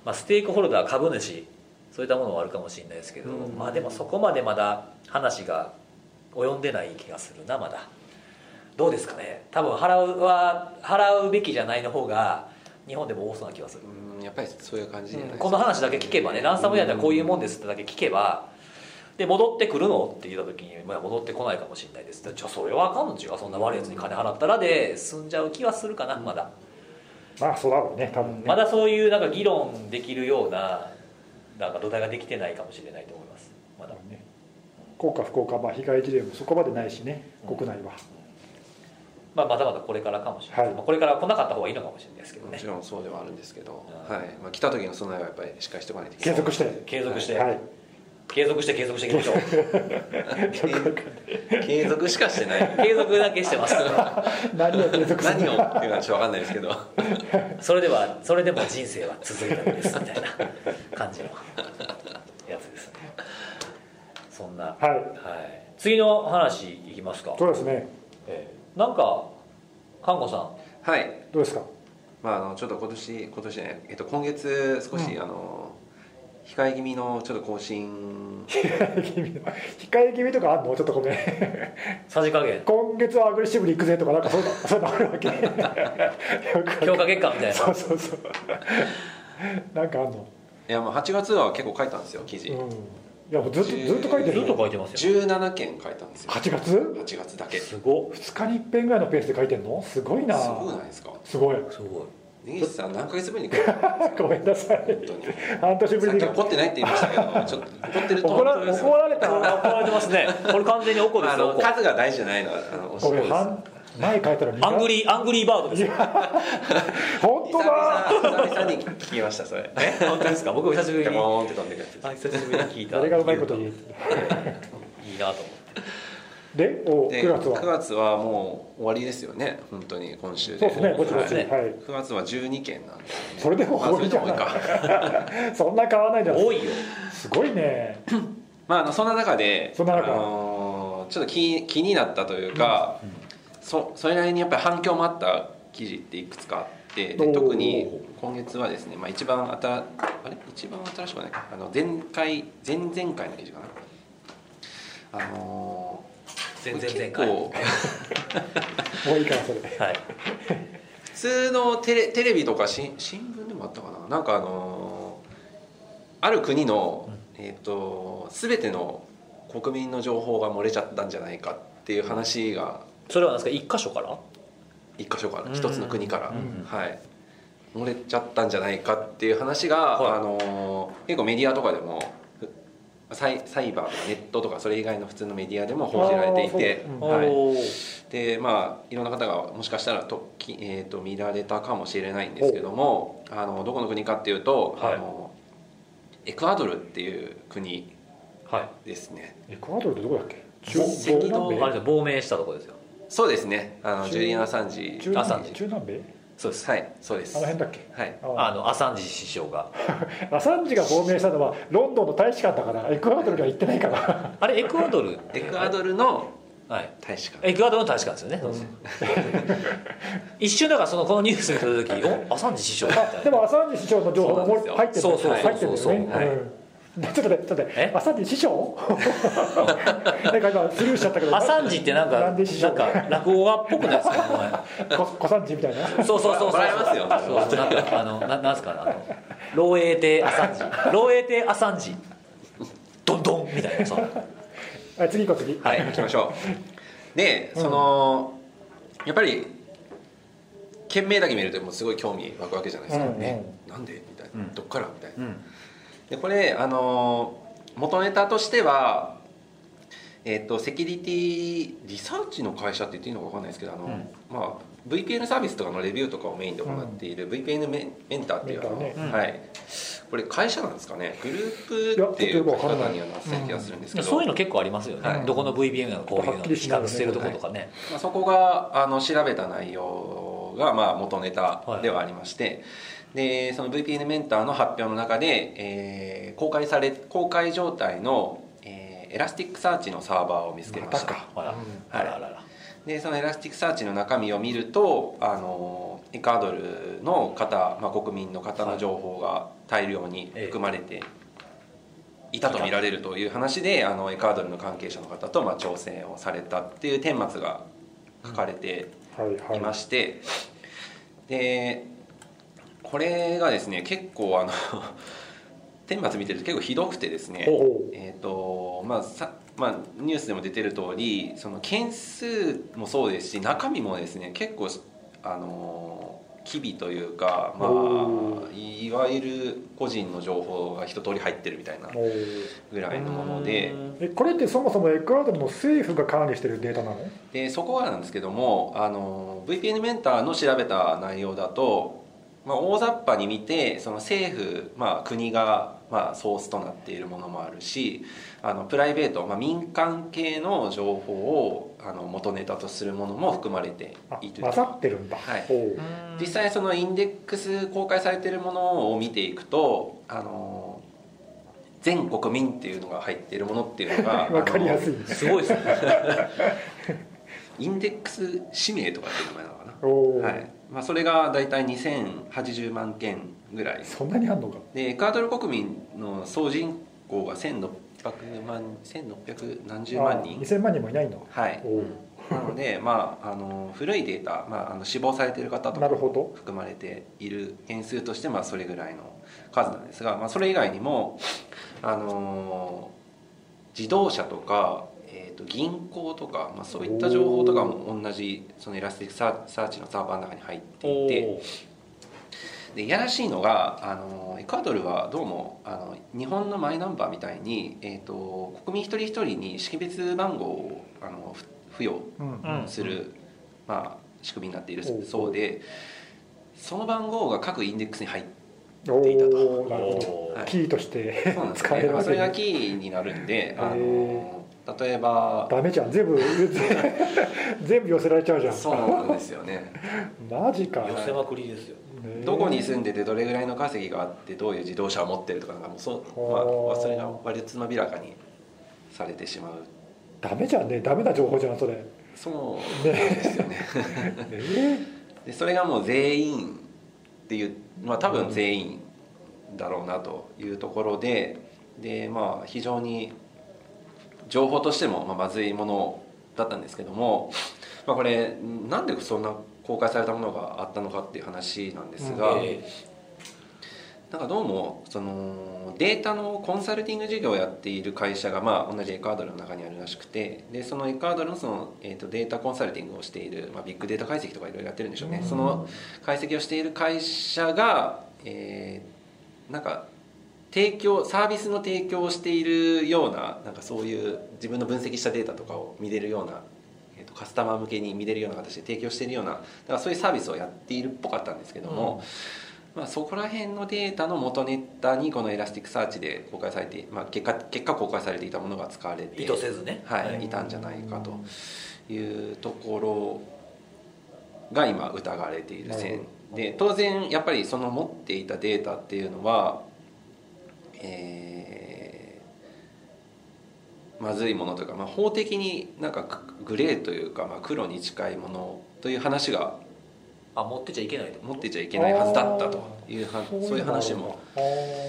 まあ、ステークホルダー株主そういったものはあるかもしれないですけど、うんまあでもそこまでまだ話が及んでない気がするなまだどうですかね多分払うは払うべきじゃないの方が日本でも多そうな気がする、うんやっぱりそういう感じじゃないですかこの話だけ聞けばねランサムウェアってこういうもんですってだけ聞けばで戻ってくるのって言った時に、まあ、戻ってこないかもしれないですじゃあそれはあかんの違うそんな悪いやつに金払ったらで済んじゃう気はするかなまだ、まあそうだろうね多分ねまだそういうなんか議論できるようななんか土台ができてないかもしれないと思いますまだね効果不効果まあ被害事例もそこまでないしね国内は、まあ、まだまだこれからかもしれない、はいまあ、これから来なかった方がいいのかもしれないですけどもねちろんそうではあるんですけど、うんはいまあ、来た時の備えはやっぱりしっかりしておかないといけ継ない続して継続して、はい継続して継続していきましょう 継続しかしてない 継続だけしてます何を継続する何をっていうのはちょっと分かんないですけどそれではそれでも人生は続いたんですみたいな感じのやつですねそんな、ははいい、次の話いきますか、そうですねええなんか看護さんはい、どうですかまあ、あのちょっと今年今年ね、えっと、今月少し、あの控え気味のちょっと更新 控え気味とかあんのちょっとごめん さじ加減今月はアグレッシブに行くぜとかなんかそういうの そういうのあるわけよく強化結果みたいなそうそうそうなんかあんの、いやもう8月は結構書いたんですよ記事、うん、いやもうずっとずっと書いてるずっと書いててますよ17件書いたんですよ8月8月だけすすごっ2日に一遍ぐらいのペースで書いてんのすごいなごくないですかすごい すごい根岸さん何ヶ月ぶりに書いた本ごめんなさい当に半年ぶさりっにき怒ってないって言いましたけどちょっと怒ってると怒ら思うんですよ怒られた怒 なられてますねこれ完全におこであすよおのこ数が大事じゃないのはあのおっしゃごるめ通んりです半前書いたらアングリーアングリーバードですよ本当だ久々久々に聞きました それね本当ですか僕も久しぶりピョにコーンって飛んでくるやつですあ久しぶりに聞いた誰がうまいこと言ういいなと思ってでおで9月九は月はもう終わりですよね本当に今週そうでですねぼちぼちははいい9月は12件なんですそれでもまあ多そいれじでゃもいいなかいそんな変わらないじゃん多いよすごいねまああのそんな中でそんな中あのーちょっと気気になったというか、そそれなりにやっぱり反響もあった記事っていくつかあっておでー特に今月はですね、まあ、一番新あれ一番新しくはないかあの前回前々回の記事かなあのー前々前回これ結構もういいからそれはい普通のテレテレビとかし新聞でもあったかななんかあのーある国の、えー、と全ての国民の情報が漏れちゃったんじゃないかっていう話がそれはなんですか一箇所から一箇所から一つの国から、はい、漏れちゃったんじゃないかっていう話が、はいあのー結構メディアとかでもふサイサイバーとかネットとかそれ以外の普通のメディアでも報じられていてあー、そうはい、おーでまあいろんな方がもしかしたらとき、えー、と見られたかもしれないんですけどもあのどこの国かっていうと、はいあのエクアドルっていう国はいですねエクアドルってどこだっけ赤道中あれ南ですよ亡命したとこですよそうですねあのジュリアン・アサンジ米中南朝米中南米そうですはいそうですあの辺だっけはいああのアサンジ首相がアサンジが亡命したのはロンドンの大使館だからエクアドルには行ってないからあれエクアドルエクアドルのはい大使館エクアドルの大使館ですよね、一瞬だからそのこのニュース見た時「おアサンジ首相」みたい でなもアサンジ師匠の情報もそうな入んってでるすよそうそうそう入ってるよねはいうんちょっと待ってちょっと待っえてアサンジ 師匠なんか今スルーしちゃったけどアサンジってなんかななんんで師匠 か落語家っぽくないですかおココサンジみたいな前そうそうそうそう笑えますよそうそうなんかあのななんすかねあの漏洩亭アサンジ漏洩亭アサンジドンドンみたいなそうはい次行こう次はい行きましょ うでその、やっぱり県名だけ見るともうすごい興味湧くわけじゃないですか、うんうんえなんでみたいな、どっからみたいな、んでこれあのー元ネタとしてはえっとセキュリティリサーチの会社って言っていいのか分かんないですけどあの、まあ、VPN サービスとかのレビューとかをメインで行っている VPN メンメンターっていうあの、メンターはい、これ会社なんですかねグルいやープっていう会社にはなってた気がするんですけど、そういうの結構ありますよね、はいどこの VPN がこういうのはっ比きりしないよ較ねしてるとことかね、まあ、そこがあの調べた内容がまあ元ネタではありまして、でその VPN メンターの発表の中で、えー公開され公開状態の、えーエラスティックサーチのサーバーを見つけましたあらあらあらあらでそのエラスティックサーチの中身を見るとあのエクアドルの方、まあ、国民の方の情報が大量に含まれていたと見られるという話であのエクアドルの関係者の方とまあ調整をされたっていう顛末が書かれてはいはいいまして、でこれがですね結構あの 顛末見てると結構ひどくてですねほうほうえーとまあさまあ、ニュースでも出てる通りその件数もそうですし中身もですね結構あのー機微というか、まおあ、いわゆる個人の情報が一通り入ってるみたいなおーぐらいのもので。えこれってそもそもエクアドルの政府が管理してるデータなのでそこはなんですけどもあの VPN メンターの調べた内容だと、まあ、大雑把に見てその政府、まあ、国が、まあ、ソースとなっているものもあるしあのプライベート、まあ、民間系の情報をあの元ネタとするものも含まれてあいる混ざってるんだ、はいおう実際そのインデックス公開されているものを見ていくとあの全国民っていうのが入っているものっていうの がわかりやあすのいねすごいですね インデックス氏名とかっていう名前なのかなおーはいまあ、それが大体2080万件ぐらいそんなにあんのかでエクアドル国民の総人口が1600万1600何十万あ人2000万人もいないんだはいおうなので、まあ、あの古いデータ、まあ、あの死亡されている方とかなるほど含まれている件数として、まあ、それぐらいの数なんですが、まあ、それ以外にも、あのー自動車とか、えー、と銀行とか、まあ、そういった情報とかも同じそのエラスティックサーサーチのサーバーの中に入っていて。でいやらしいのがあのエクアドルはどうもあの日本のマイナンバーみたいに、えー、と国民一人一人に識別番号をあのふ付与うんする、まあ、仕組みになっているおうそうでその番号が各インデックスに入っておていたとおなるほどおーはいキーとしてそうなんです 使えねるまあわそけれがねキーになるんであへの例えばダメじゃん全 部全部寄せられちゃうじゃんそうなんですよねマジか寄せまくりですよねどこに住んでてどれぐらいの稼ぎがあってどういう自動車を持ってるとかなんかもうそう、まあほまうあ、それが割とつまびらかにされてしまうダメじゃんねダメな情報じゃんそれねそうなんですよねえでそれがもう全員っていうまあ多分全員だろうなというところででまあ非常に情報としてもまあまずいものだったんですけども、まあ、これなんでそんな公開されたものがあったのかっていう話なんですが、なんかどうもそのデータのコンサルティング事業をやっている会社が、まあ、同じエクアドルの中にあるらしくてでそのエクアドルのその、えー、とデータコンサルティングをしている、まあ、ビッグデータ解析とかいろいろやってるんでしょうね、その解析をしている会社が、えーなんか提供サービスの提供をしているようななんかそういう自分の分析したデータとかを見れるような、えー、とカスタマー向けに見れるような形で提供しているようなだからそういうサービスをやっているっぽかったんですけども。まあ、そこら辺のデータの元ネタにこのエラスティックサーチで公開されて、まあ、結果結果公開されていたものが使われて意図せずねはいいたんじゃないかというところが今疑われている線で当然やっぱりその持っていたデータっていうのは、えーまずいものというか、まあ、法的になんかくグレーというか、まあ、黒に近いものという話があ持ってちゃいけないと持ってちゃいけないはずだったというはそういう話もあ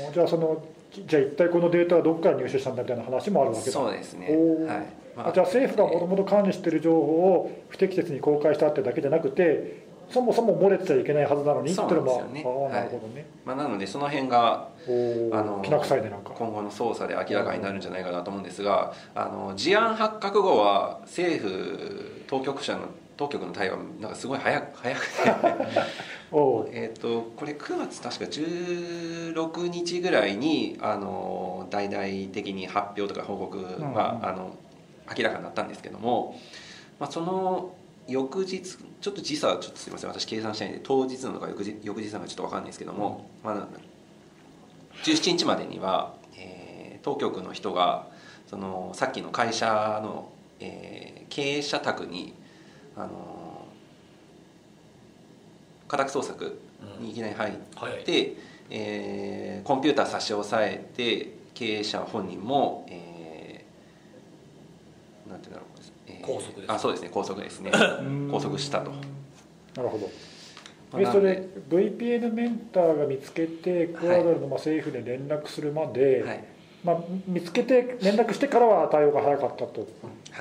ーじゃあそのじゃあ一体このデータはどこから入手したんだみたいな話もあるわけだそうですねおーはい、あじゃあ政府がもともと管理している情報を不適切に公開したってだけじゃなくてそもそも漏れてちゃいけないはずなのにっていうのもそうなんですよねああなるほどね、まあ、なのでその辺がおああのきな臭いねなんか今後の捜査で明らかになるんじゃないかなと思うんですがあの事案発覚後は政府当局者の当局の対応がなんかすごい早く早くおうて えっとこれ9月確か16日ぐらいにあの大々的に発表とか報告が、んうんあの明らかになったんですけども、まあ、その翌日ちょっと時差はちょっとすみません私計算してないんで当日なのか翌日翌日なのかちょっと分かんないですけども、まあ、17日までには、えー当局の人がそのさっきの会社の、えー経営者宅に、あのー家宅捜索にいきなり入って、えーコンピューター差し押さえて経営者本人も、えーなんていうんだろう、えー拘束ですあそうですね拘束ですねん拘束したと。なるほどまあでなそんでれ VPN メンターが見つけてエクアドルのまあ政府に連絡するまで、はいまあ、見つけて連絡してからは対応が早かったと、はい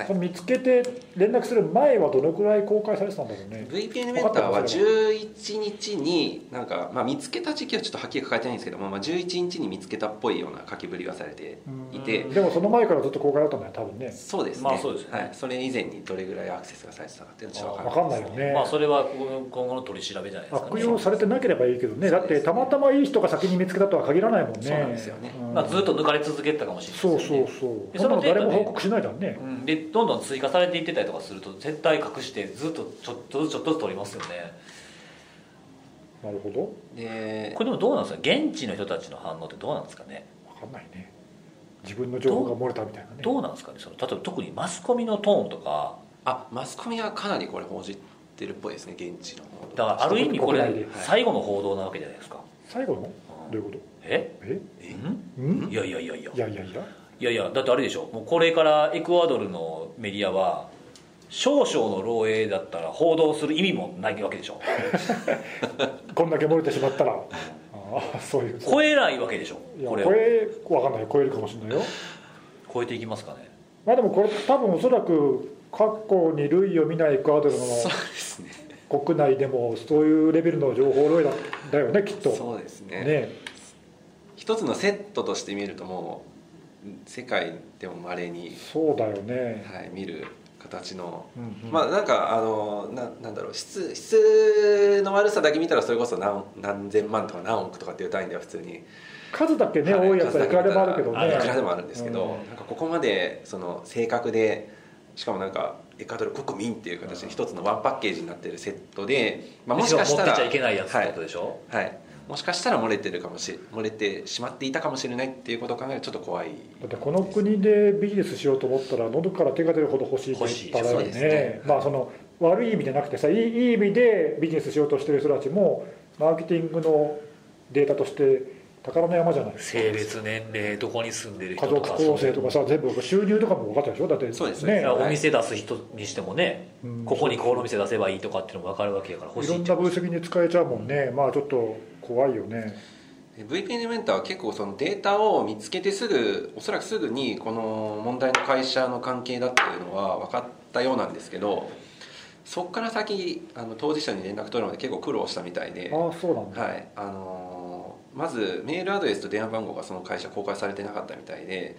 その見つけて連絡する前はどのくらい公開されてたんだろうね VPN メンターは11日になんか、まあ、見つけた時期はちょっとはっきり書かれてないんですけども、まあ、11日に見つけたっぽいような書きぶりはされていてでもその前からずっと公開だったんだよ多分ねそうですね,、まあそうですねはい、それ以前にどれぐらいアクセスがされてたかっていうのはちょっと分分かかんんななでいいよすねねまあそれは今後今後の取り調べじゃないですか悪ね用されてなければいいけどねだっそうでてすねたまたまいい人が先に見つけたとは限らないもんねそうなんですよねうんまあずっと抜かれ続けてたかもしれないですそようねそうそうでそんなそののデータ誰ねも報告しないだろうねうんでどんどん追加されていってたりとかすると絶対隠してずっとちょっとずつちょっとずつ取りますよねなるほどでこれでもどうなんですか現地の人たちの反応ってどうなんですかね分かんないね自分の情報が漏れたみたいなねどうなんですかねその例えば特にマスコミのトーンとかあマスコミはかなりこれ報じてるっぽいですね現地の方だからある意味こ国内れで最後の報道なわけじゃないですか最後のどういうことええんんいやいやいやいやいやいやいやいやいやだってあれでしょもうこれからエクアドルのメディアは少々の漏洩だったら報道する意味もないわけでしょこんだけ漏れてしまったらああそういう超えないわけでしょいやここれれをわかんない超えるかもしれないよ超えていきますかねまあでもこれ多分おそらく過去に類を見ないエクアドルそうのですね国内でもそういうレベルの情報漏洩だだよねきっとそうですねね一つのセットとして見るともう世界でもまれに、そうだよね、はい、見る形のうんうんまあなんかあのななんだろう質質の悪さだけ見たらそれこそ何何千万とか何億とかっていう単位では普通に、数だけね、はい多いやつはいくらでもあるけど数だねけ見たらいくらでもあるんですけど、うんなんかここまでその正確でしかもなんかエクアドル国民っていう形で一つのワンパッケージになってるセットで、まあ、もしかし持たっらてちゃいけないやつっはてこいとでしょ、はい、もしかしたら漏れてるかもし漏れてしまっていたかもしれないっていうことを考えるとちょっと怖いだってこの国でビジネスしようと思ったら喉から手が出るほど欲しい欲しいって言ったらそうでねすねまあその悪い意味じゃなくてさいいいい意味でビジネスしようとしてる人たちもマーケティングのデータとして宝の山じゃないですか性別年齢どこに住んでる家人と族か構成とかさ全部収入とかも分かったでしょだってそうですいねやお店出す人にしてもね、うんここにこの店出せばいいとかっていうのも分かるわけやから欲いしろいっんちゃな分析に使えちゃうもんね、まあちょっと怖いよね、で VPN メンターは結構そのデータを見つけてすぐおそらくすぐにこの問題の会社の関係だっていうのは分かったようなんですけどそこから先あの当事者に連絡取るので結構苦労したみたいで、はああそうなんだ、いあのーまずメールアドレスと電話番号がその会社公開されてなかったみたいで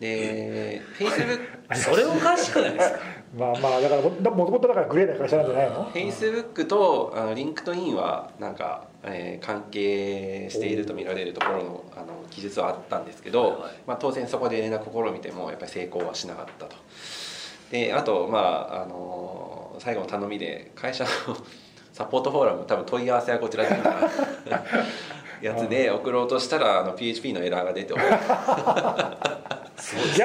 で Facebook それおかしくないですかまあまあだからもともとだからグレーな会社なんじゃないのフェイスブックとあのリンクトインはなんか、えー関係していると見られるところのあの記述はあったんですけど、まあ、当然そこで連絡を試みてもやっぱり成功はしなかったと。であと、まああのー最後の頼みで会社のサポートフォーラム多分問い合わせはこちらだったなやつで送ろうとした らあの PHP のエラーが出てギャ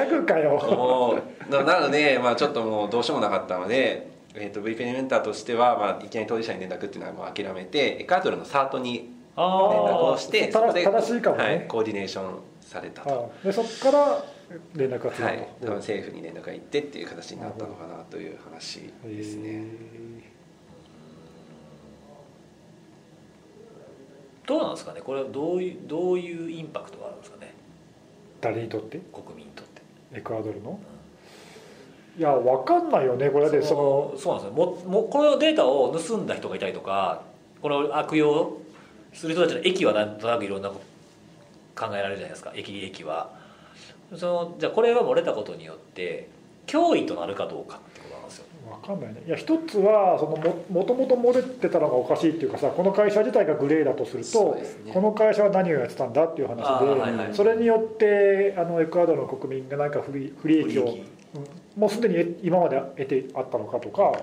グかよもうななので、まあ、ちょっともうどうしようもなかったので、えー、と VPN メンターとしては、まあ、いきなり当事者に連絡っていうのはもう諦めてエクアドルのサートに連絡をして あーそこで正しいかもねはい、コーディネーションされたと、はああでそこから連絡がついいたと、多分政府に連絡が行ってっていう形になったのかなという話ですね、どうなんですかねこれはどういうどういうインパクトがあるんですかね誰にとって国民にとってエクアドルのいやわかんないよねこれでそのそうなんですよももこのデータを盗んだ人がいたりとかこの悪用する人たちの益はなんとなくいろんなこと考えられるじゃないですか益利益はそのじゃあこれが漏れたことによって脅威となるかどうかってことなんですよわかんないねいや一つはそのももともと漏れてたのがおかしいっていうかさこの会社自体がグレーだとするそうとですねこの会社は何をやってたんだっていう話あーで、はいはいそれによってあのエクアドルの国民が何か不利不利益をうんもうすでに今まで得てあったのかとか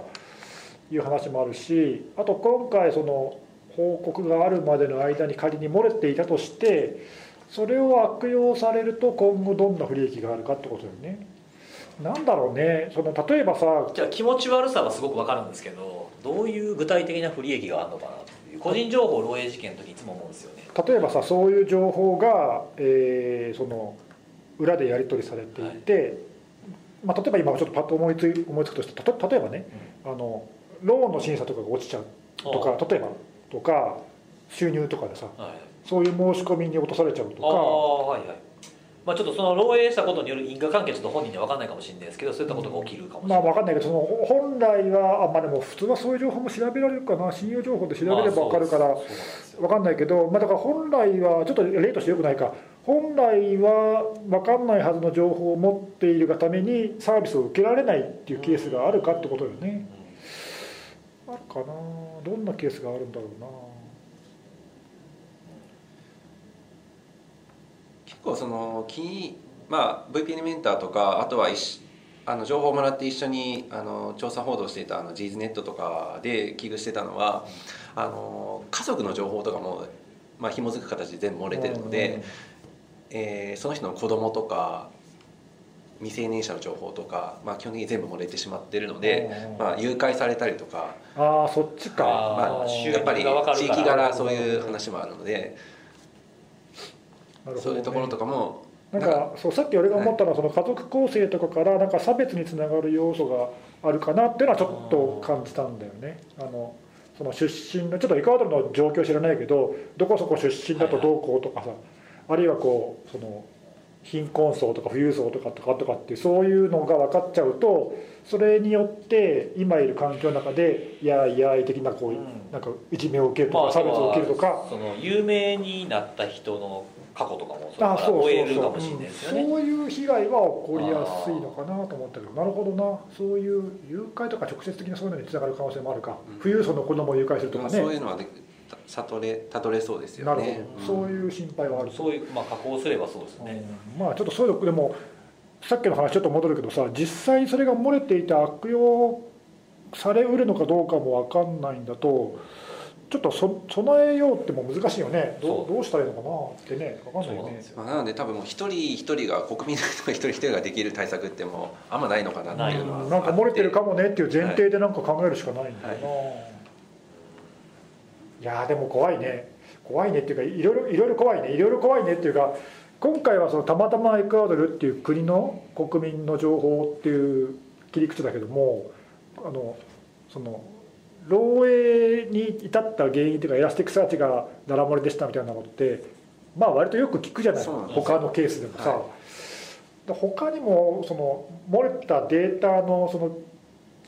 いう話もあるしあと今回その報告があるまでの間に仮に漏れていたとしてそれを悪用されると今後どんな不利益があるかってことだよね。なんだろうねその例えばさじゃあ気持ち悪さはすごくわかるんですけどどういう具体的な不利益があるのかなという個人情報漏洩事件の時いつも思うんですよね例えばさそういう情報が、えーその裏でやり取りされていて、まあ、例えば今ちょっとパッと思いつい思いつくとしてたと例えばね、あのローンの審査とかが落ちちゃうとか例えばとか収入とかでさはいそういう申し込みに落とされちゃうとあかあはいはいまあちょっとその漏洩したことによる因果関係ちょっと本人には分かんないかもしれないですけどそういったことが起きるかもしれなまあい、分かんないけどそのほ本来はあまあでも普通はそういう情報も調べられるかな信用情報で調べれば分かるかそうらなんですよ分かんないけど、まあ、だから本来はちょっと例としてよくないか本来は分かんないはずの情報を持っているがためにサービスを受けられないっていうケースがあるかってことよね、あるかなどんなケースがあるんだろうな結構その気に、まあ、VPN メンターとかあとは一緒あの情報をもらって一緒にあの調査報道していたあの G's ネットとかで危惧してたのはあの家族の情報とかも、まあ紐づく形で全部漏れてるので、えーその人の子供とか未成年者の情報とか、まあ、基本的に全部漏れてしまってるので、うんまあ、誘拐されたりとか、ああそっちかまあ、収や益っぱりが分かる地から域柄そういう話もあるのでなるほどねそういうところとかもなんかそうさっき俺が思ったのは、その家族構成とかからなんか差別につながる要素があるかなっていうのはちょっと感じたんだよね。あのその出身のちょっとエクアドルの状況知らないけどどこそこ出身だとどうこうとかさ、あるいはこうその貧困層とか富裕層とかとかとかっていうそういうのが分かっちゃうとそれによって今いる環境の中で「いやいやい」的なこう、うんなんかいじめを受けるとまか、あ差別を受けるとか。その有名になった人の過去とかもそれかあらそう終そえうるそかうもしれないですようねんそういう被害は起こりやすいのかなと思ったけどなるほどなそういう誘拐とか直接的なそういうのにつながる可能性もあるか、うん富裕層の子供を誘拐するとまかあねそういうのはで悟れ悟れそうですなよるほど、ね。そううんいう心配はあるそういうまあ加工すればそうですね、うんまあちょっとそういうのでもさっきの話ちょっと戻るけどさ実際それが漏れていて悪用されうるのかどうかも分かんないんだとちょっとそ備えようっても難しいよねどうそうどうしたらいいのかなってね分かんないよそうなんねですよまあ、なので多分もう一人一人が国民の人が一人一人ができる対策ってもうあんまないのかなっていうのはなんか漏れてるかももねっていう前提でなんか考えるしかないんだよな、いやーでも怖いね怖いねっていうかいろいろいろいろ怖いねいろいろ怖いねっていうか今回はそのたまたまエクアドルっていう国の国民の情報っていう切り口だけどもあのその漏洩に至った原因というかエラスティックサーチがだら漏れでしたみたいなことってまあ割とよく聞くじゃないそうなんですよ他のケースでもさ、はで他にもその漏れたデータのその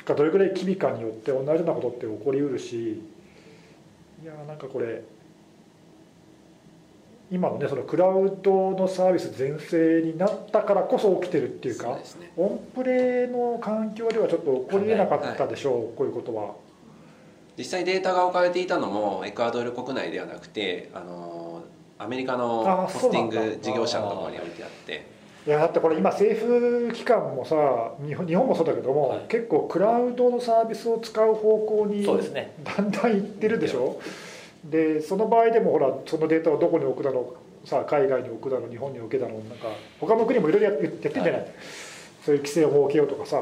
がどれくらい機微かによって同じようなことって起こりうるしいやーなんかこれ今のねそのクラウドのサービス全盛になったからこそ起きてるっていうそうかですねオンプレの環境ではちょっと起こりえなかったでしょう、こういうことは。実際データが置かれていたのもエクアドル国内ではなくてあのアメリカのあホスティンそうなんグだ事業者のところに置いてあっていやだってこれ今政府機関もさ日本日本もそうだけども、はい結構クラウドのサービスを使う方向にそうですねだんだん行ってるでしょでその場合でもほらそのデータをどこに置くだろうさ海外に置くだろう日本に置けだろうなんか他の国もいろいろやってやってんじゃない、そういう規制を設けようとかさ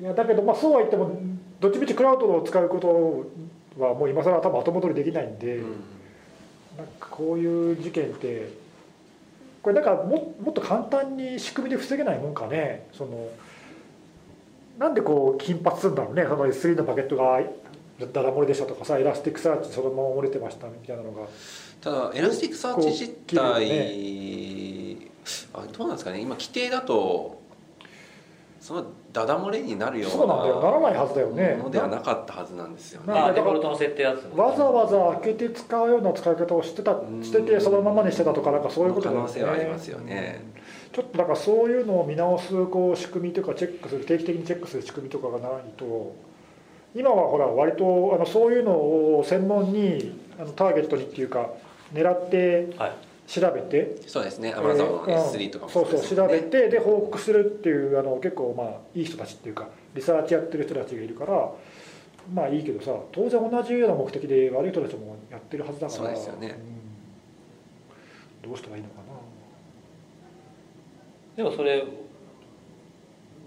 いやだけどまあそうは言ってもどっちみちクラウドを使うことはもう今更多分後戻りできないんで、なんかこういう事件ってこれだからももっと簡単に仕組みで防げないもんかねそのなんでこう金髪するんだろうねその S3 のバケットがだら漏れでしたとかさエラスティックサーチそのまま漏れてましたみたいなのがただエラスティックサーチ自こう体、切あどうなんですかね今規定だとそのダダ漏れになるようなそうなんだよならないはずだよねものではなかったはずなんですよねなあデフォルトの設定やつわざわざ開けて使うような使い方をしてたんしててそのままにしてたとかなんかそういうことだよね可能性はありますよねちょっとだからそういうのを見直すこう仕組みというかチェックする定期的にチェックする仕組みとかがないと今はほら割とあのそういうのを専門にあのターゲットにっていうか狙ってはい調べて、そうですねえアマゾンのーうん S3 とかもそうでそすうもん調ねべてで報告するっていうあの結構まあいい人たちっていうかリサーチやってる人たちがいるからまあいいけどさ当然同じような目的で悪い人たちもやってるはずだからそうですよねうんどうしたらいいのかなでもそれ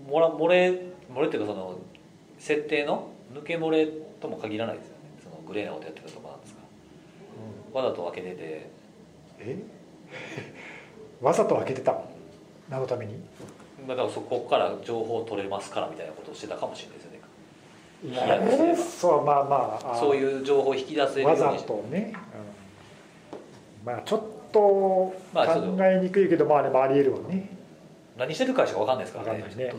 漏ら漏れ漏れっていうかその設定の抜け漏れとも限らないですよねそのグレーなことやってたとかなんですかわざと開けててえ わざと開けてた何のためにだからそこから情報を取れますからみたいなことをしてたかもしれないですよねいやいやいやそうまあまああそういう情報を引き出せるよわうざにしてとね、うんまあちょっと考まあちょっとえにくいけどまあでもありえるわね何してるかしか分かんないです分かからんねないね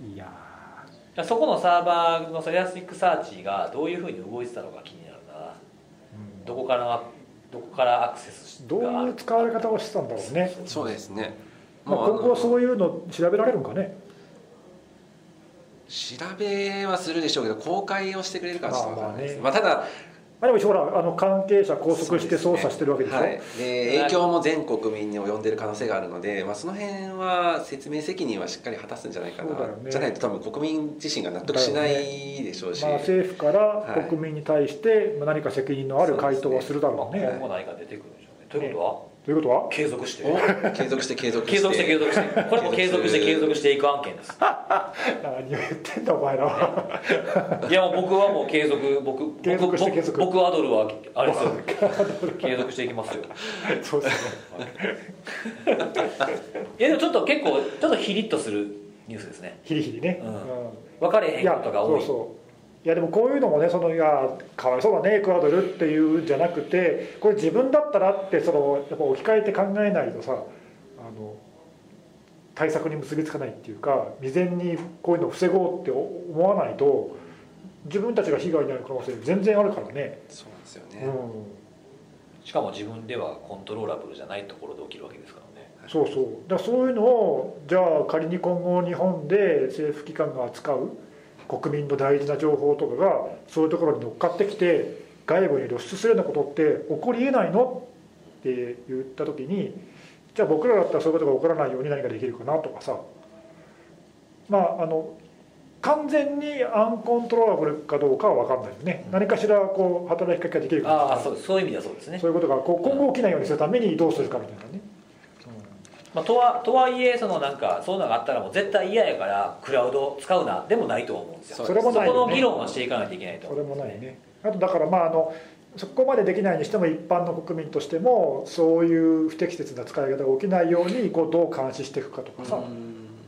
うんいやだからそこのサーバーのエラスティックサーチがどういうふうに動いてたのか気になるなーどこからどこからアクセスどうがあいるう使われ方をしてたんだろうね、そうですねまあ、もう今後はあのそういうの調べられるんかね調べはするでしょうけど公開をしてくれるかはちょっとわからないですね,、ままあまあでも一応ほらあの関係者拘ただ束して捜査してるわけでしょはい、で影響も全国民に及んでる可能性があるので、まあ、その辺は説明責任はしっかり果たすんじゃないかな、そうだよねじゃないと多分国民自身が納得しないでしょうし、まあ、政府から国民に対してまあ何か責任のある回答はするだまあろうね今後何か出てくるんでしょうねということはということは継続してお継続して継続し継て続して継続してこれも継続して継続していく案件です 何を言ってんだお前らはいやもう僕はもう継続僕僕継続して僕継続僕アドルはあれですよ継続していきますよそうですねいやでもちょっと結構ちょっとヒリッとするニュースですね ヒリヒリね、ううん分かれへいんやことが多いそうそういやでもこういうのもねそのいやかわいそうだねエクアドルっていうんじゃなくてこれ自分だったらってそのやっぱ置き換えて考えないとさあの対策に結びつかないっていうか未然にこういうのを防ごうって思わないと自分たちが被害になる可能性全然あるからね、そうなんですようね、ん、しかも自分ではコントローラブルじゃないところで起きるわけですからねそうそうだからそういうのをじゃあ仮に今後日本で政府機関が扱う国民の大事な情報とかがそういうところに乗っかってきて外部に露出するようなことって起こりえないのって言った時にじゃあ僕らだったらそういうことが起こらないように何ができるかなとかさまああの完全にアンコントローラブルかどうかは分かんないよね、何かしらこう働きかけができるかああそうそういう意味ではそうですねそういうことがこう今後起きないようにするためにどうするかみたいなね、うんまあ、とはとはいえそのなんかそういうのがあったらもう絶対嫌やからクラウド使うなでもないと思うんですよそうそれもそないこよのね議論はしていかないといけないとそれもないねあとだからまああのそこまでできないにしても一般の国民としてもそういう不適切な使い方が起きないようにこうどう監視していくかとかさ、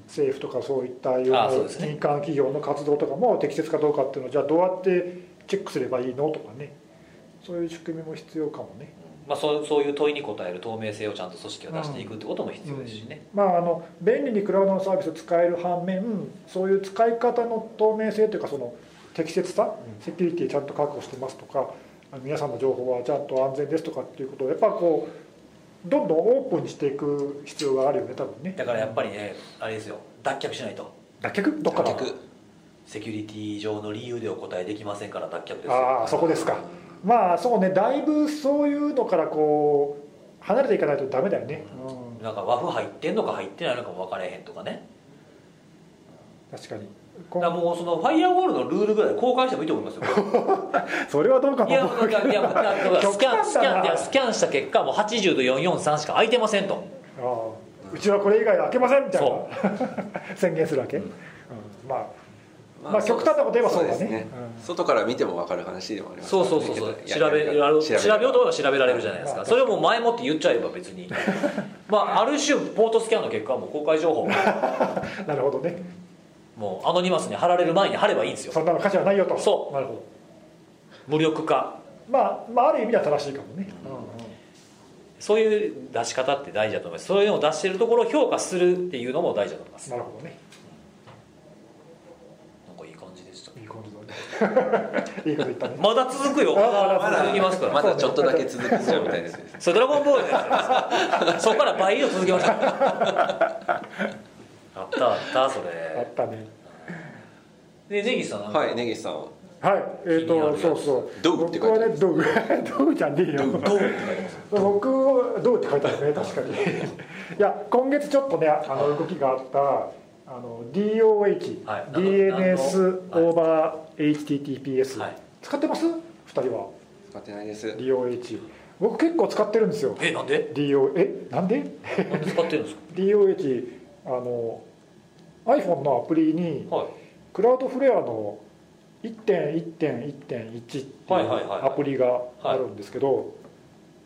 政府とかそういったようあなそうですね民間企業の活動とかも適切かどうかっていうのをじゃあどうやってチェックすればいいのとかねそういう仕組みも必要かもね。まあ、そうそういう問いに答える透明性をちゃんと組織を出していくってことも必要ですしね、まあ、あの便利にクラウドのサービスを使える反面そういう使い方の透明性というかその適切さセキュリティちゃんと確保してますとかあの皆さんの情報はちゃんと安全ですとかっていうことをやっぱこうどんどんオープンにしていく必要があるよね多分ねだからやっぱりねあれですよ脱却しないと脱却どっか脱ら却セキュリティ上の理由でお答えできませんから脱却ですよああそこですかまあそうねだいぶそういうのからこう離れていかないとダメだよね、うんなんか和風入ってんのか入ってないのかも分からへんとかね確かにだからもうそのファイアウォールのルールぐらい公開してもいいと思いますよ それはどうかいや、なんかいや、なんかスキャン、スキャン、極端だないやスキャンした結果、もう八十と四四三しか空いてませんと。ああうちはこれ以外は開けませんみたいそな 宣言するわけ、うんまあまあそう極端なこと言えばそうだでねすうん外から見ても分かる話でもありますそうそうそうそう、けど調べらややれやる、調調べべようと思えば調べられるじゃないですまあか。それをもう前もって言っちゃえば、別に。まあ、ある種、ポートスキャンの結果はもう公開情報。なるほどねもう、アノニマスに貼られる前に貼ればいいんですよ。そんなの価値はないよとそうなるほど無力化。まあ、まあ、ある意味では正しいかもね、うんそういう出し方って大事だと思います。そういうのを出してるところを評価するっていうのも大事だと思います。なるほどねなんかいい感じでした。いいことだね いいこと言ったねまだ続くよ。まあまだ続きますから。まだちょっとだけ続くじゃんみたいなやつですそれドラゴンボールのやつですそこから倍以上続きましたあったあったそあれったねでジギさんなんかはい根岸さんははいえっ、気になるやとつそうそうドゥって書僕いはてあるねドウ ドウじゃねえよどうって書いてます 僕はどうって書いてあるね確かに いや今月ちょっとねあの動きがあったあの DOH、はい DNS あのオーバー HTTPS、はい使ってます2人は使ってないです DOH 僕結構使ってるんですよえなんで DO えなんでなんで使ってるんです DOH あの iPhone のアプリにかはいクラウドフレアの1.1.1.1っていうはいはいはいはいアプリがあるんですけど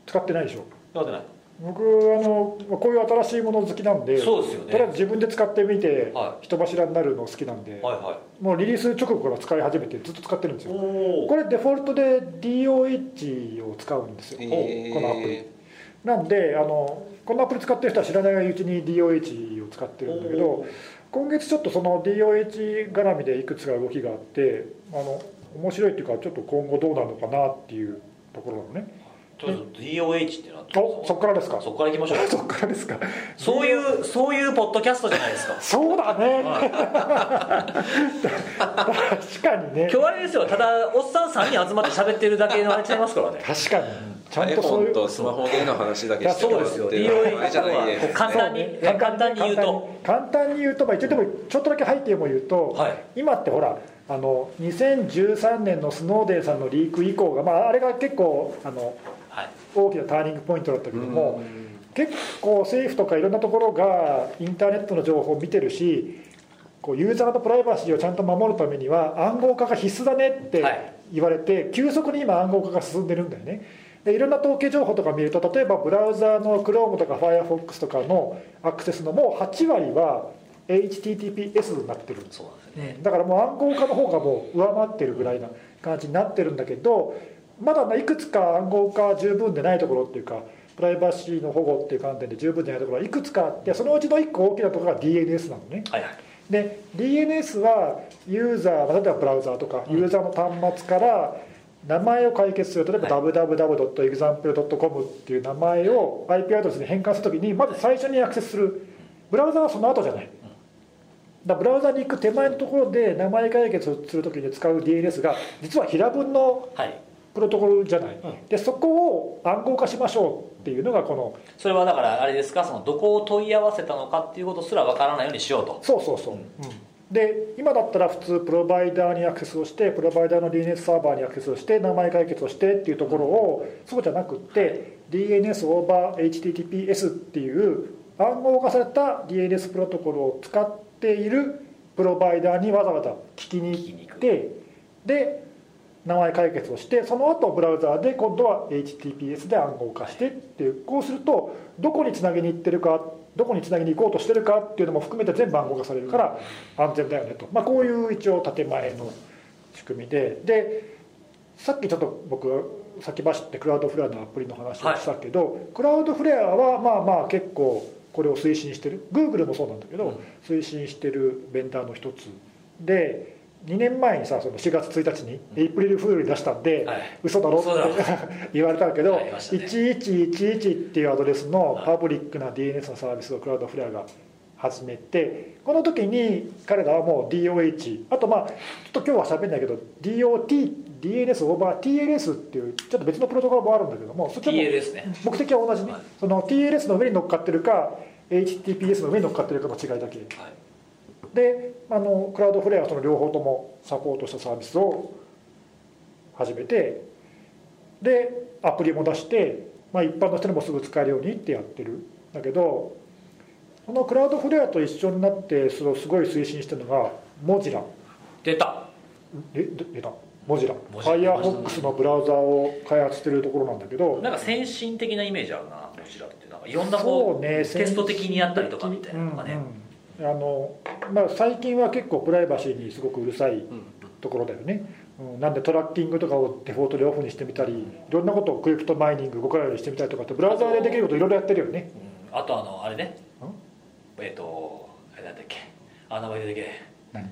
使ってないでしょやってない僕あのこういう新しいもの好きなんでそうですよねとりあえず自分で使ってみて、は人柱になるの好きなんで、はいはもうリリース直後から使い始めてずっと使ってるんですいおよおこれデフォルトで DOH を使うんですよ、えーこのアプリなんであのこのアプリ使ってる人は知らないうちに DOH を使ってるんだけど今月ちょっとその DOH 絡みでいくつか動きがあってあの面白いっていうかちょっと今後どうなのかなっていうところなのねちょっと DOH ってなってお そっからですかそっから行きましょうそっからですかそういうそういうポッドキャストじゃないですかそうだね確かにね今日あれですよただおっさん3人集まって喋ってるだけのあれちゃいますからね確かにちゃんとそうい iPhone うとスマホでの話だけしてそうもでらっすよてる場合 DOH じゃないはでこうす簡単にそうね簡単に言うと簡単に簡単に言うとまあ一応でもちょっとだけ背景も言うと、はい今ってほらあの2013年のスノーデンさんのリーク以降が、まあ、あれが結構あのはい大きなターニングポイントだったけども結構政府とかいろんなところがインターネットの情報を見てるしこうユーザーのプライバシーをちゃんと守るためには暗号化が必須だねってはい言われて、急速に今暗号化が進んでるんだよねでいろんな統計情報とか見ると例えばブラウザーの Chrome とか Firefox とかのアクセスのもう8割は HTTPS になってるんですそうなんですよねだからもう暗号化の方がもう上回ってるぐらいな感じになってるんだけどまだいくつか暗号化十分でないところっていうかプライバシーの保護っていう観点で十分じゃないところはいくつかあってそのうちの1個大きなところが DNS なのねはいはいで DNS はユーザー例えばブラウザーとかユーザーの端末から名前を解決する例えば www.example.com っていう名前を IP アドレスに変換するときにまず最初にアクセスするブラウザーはその後じゃないだからブラウザーに行く手前のところで名前解決をするときに使う DNS が実は平文のはいプロトコルじゃない、でそこを暗号化しましょうっていうのがこのそれはだからあれですかそのどこを問い合わせたのかっていうことすらわからないようにしようとそうそうそう、うんで今だったら普通プロバイダーにアクセスをしてプロバイダーの DNS サーバーにアクセスをして名前解決をしてっていうところを、そうじゃなくって、DNS オーバー HTTPS っていう暗号化された DNS プロトコルを使っているプロバイダーにわざわざ聞きに行ってで名前解決をしてその後ブラウザーで今度は HTTPS で暗号化してっていうこうするとどこにつなぎに行ってるかどこにつなぎに行こうとしてるかっていうのも含めて全部暗号化されるから安全だよねと、まあ、こういう一応建前の仕組みででさっきちょっと僕先走ってクラウドフレアのアプリの話をしたけど、クラウドフレアはまあまあ結構これを推進してる Google もそうなんだけど、推進してるベンダーの一つで2年前にさその4月1日にエイプリルフールに出したんで、はい嘘だろ嘘だろって 言われたけど、ありましたね1111っていうアドレスのはいパブリックな DNS のサービスをクラウドフレアが始めてこの時に彼らはもう DOH あとまあちょっと今日は喋んないけど DOT DNS オーバー TLS っていうちょっと別のプロトコルもあるんだけどもそっちも TLS ね目的は同じねはいその TLS の上に乗っかってるか HTTPS の上に乗っかってるかの違いだけはいであのクラウドフレアはその両方ともサポートしたサービスを始めてでアプリも出して、まあ、一般の人にもすぐ使えるようにってやってるんだけどそのクラウドフレアと一緒になってそれをすごい推進してるのがモジラ出たえで出たモジラモジラ Firefox のブラウザを開発してるところなんだけどなんか先進的なイメージあるなこちらってなんかいろんなそこううねテスト的にやったりとかみたいなのがね、うんうんあのまあ、最近は結構プライバシーにすごくうるさいうんところだよね、うん、なんでトラッキングとかをデフォートでオフにしてみたりいろんなことをクリプトマイニング動かないようにしてみたりとかってブラウザーでできることいろいろやってるよねあとあのあれねえっ、とあれなんだっけあ名前出てけない何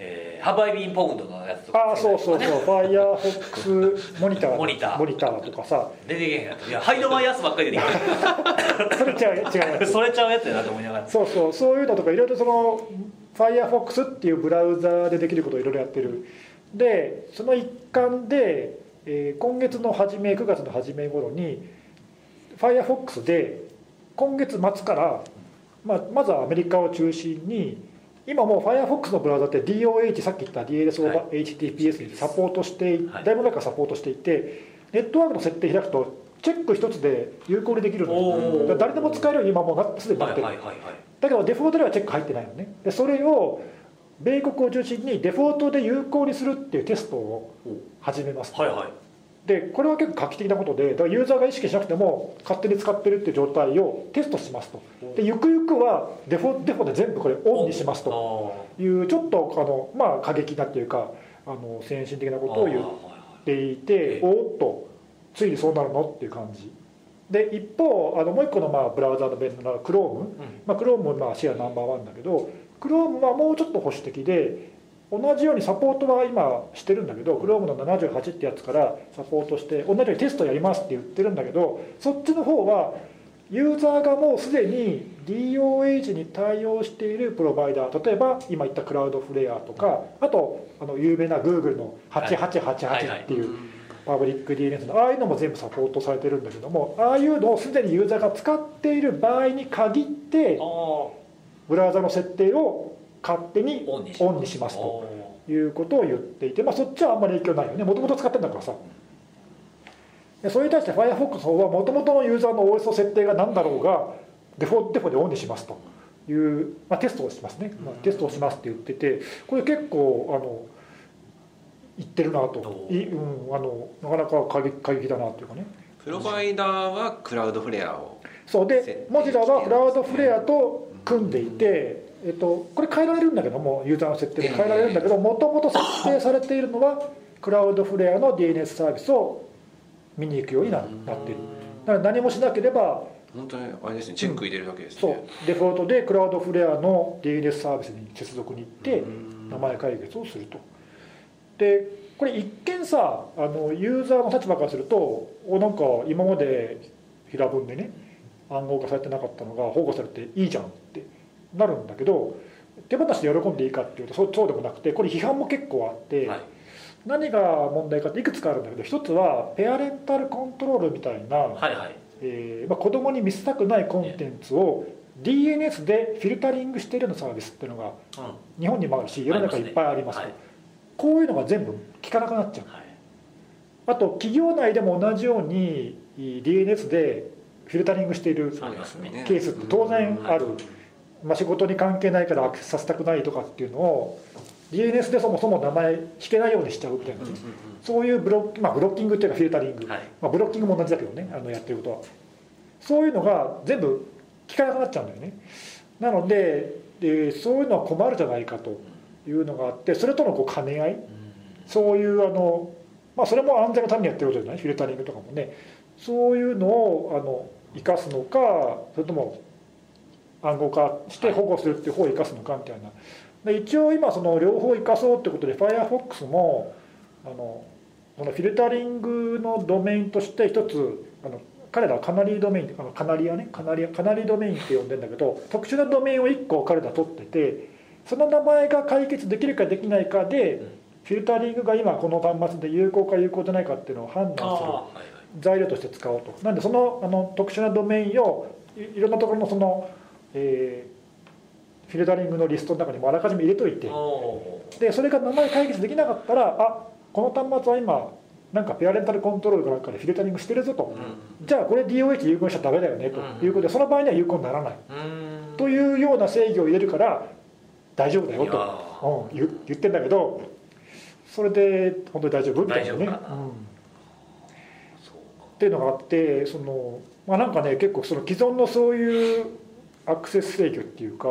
えー、ハバイビンポグンドのやつとかああそうそ うそう Firefox モニターモニターモニターとかさ出てけへんやついやハイドマイヤスばっかり出てそれ違う違きて うそれちゃうやつやなと思いながらそうそうそういうのとかいろいろその Firefox っていうブラウザーでできることをいろいろやってるでその一環で、えー今月の初め9月の初め頃に Firefox で今月末から、まあ、まずはアメリカを中心に今もう Firefox のブラウザって DOH さっき言った DLS オーバー HTTPS にサポートしてい、はいだいぶ前からサポートしていてネットワークの設定開くとチェック一つで有効にできるんですおよーだから誰でも使えるように今もうなすでになはっいてはいる、はいはいだけどデフォートではチェック入ってないのねでそれを米国を中心にデフォートで有効にするっていうテストを始めます、はいはいでこれは結構画期的なことでだからユーザーが意識しなくても勝手に使ってるっていう状態をテストしますとでゆくゆくはデフォデフォで全部これオンにしますとというちょっとあのまあ過激なっていうかあの先進的なことを言っていてええおおっとついにそうなるのっていう感じで一方あのもう一個のまあブラウザのベンダーの Chrome、まあ、Chrome もまあシェアナンバーワンだけど Chrome はもうちょっと保守的で同じようにサポートは今してるんだけど Chrome の78ってやつからサポートして同じようにテストやりますって言ってるんだけどそっちの方はユーザーがもうすでに DOH に対応しているプロバイダー例えば今言ったクラウドフレアとかあとあの有名な Google の8888っていうパブリック DNS のああいうのも全部サポートされてるんだけどもああいうのをすでにユーザーが使っている場合に限ってブラウザの設定を勝手にオンにしオンにしますということを言っていて、まあ、そっちはあんまり影響ないよねもともと使ってんだからさでそれに対して Firefox の方はもともとのユーザーの OS の設定が何だろうがデフォデフォでオンにしますという、まあ、テストをしますね、まあ、テストをしますって言っててこれ結構あの言ってるなとい、うん、あのなかなか過激過激だなというかねプロバイダーはクラウドフレアをそう設定でモジュラはしてクるラウドフレアと組んでいて、えっと、これ変えられるんだけどもユーザーの設定で変えられるんだけどもともと設定されているのはクラウドフレアの DNS サービスを見に行くようにななっているだから何もしなければ本当にあれですねチェック入れるだけですそうね、デフォルトでクラウドフレアの DNS サービスに接続に行ってうん名前解決をするとでこれ一見さあのユーザーの立場からするとおなんか今まで平文でね暗号化されてなかったのが保護されていいじゃんってなるんだけど手放しで喜んでいいかっていうとそうそうでもなくてこれ批判も結構あって、はい何が問題かっていくつかあるんだけど一つはペアレンタルコントロールみたいな、はいはいえーまあ、子供に見せたくないコンテンツを DNS でフィルタリングしているようなサービスっていうのがうん日本にもあるし世の中いっぱいありますとはいこういうのが全部効かなくなっちゃうはいあと企業内でも同じようにえー DNS でフィルタリングしているありますねケースって当然ある、まあ、仕事に関係ないからアクセスさせたくないとかっていうのを DNS でそもそも名前引けないようにしちゃうみたいな、そういうブロッ,、まあ、ブロッキングっていうかフィルタリング、はいまあ、ブロッキングも同じだけどねあのやってることはそういうのが全部聞かなくなっちゃうんだよねなのででそういうのは困るじゃないかというのがあってそれとのこう兼ね合いそういうあの、まあ、それも安全のためにやってることじゃないフィルタリングとかもねそういうのをあの生かすのかそれとも暗号化して保護するっていう方を生かすのかみたいなで一応今その両方生かそうってことで Firefox もあのこのフィルタリングのドメインとして一つあの彼らはカナリードメインあのカナリアねカナリアカナリードメインって呼んでんだけど特殊なドメインを1個彼ら取っててその名前が解決できるかできないかでフィルタリングが今この端末で有効か有効じゃないかっていうのを判あ断するはいはい材料として使おうとなんでそのあの特殊なドメインをいいろんなところのその、えーフィルタリングのリストの中にもあらかじめ入れといておでそれが名前解決できなかったらあこの端末は今なんかペアレンタルコントロールかなんかでフィルタリングしてるぞと、じゃあこれ DOH 有効にしちゃダメだよねということで、その場合には有効にならないーうんというような制御を入れるから大丈夫だよいやーと、うん、言言ってんだけどそれで本当に大丈夫みたいなね。大丈夫かなうんそうかっていうのがあってそのまあなんかね結構その既存のそういうアクセス制御っていうか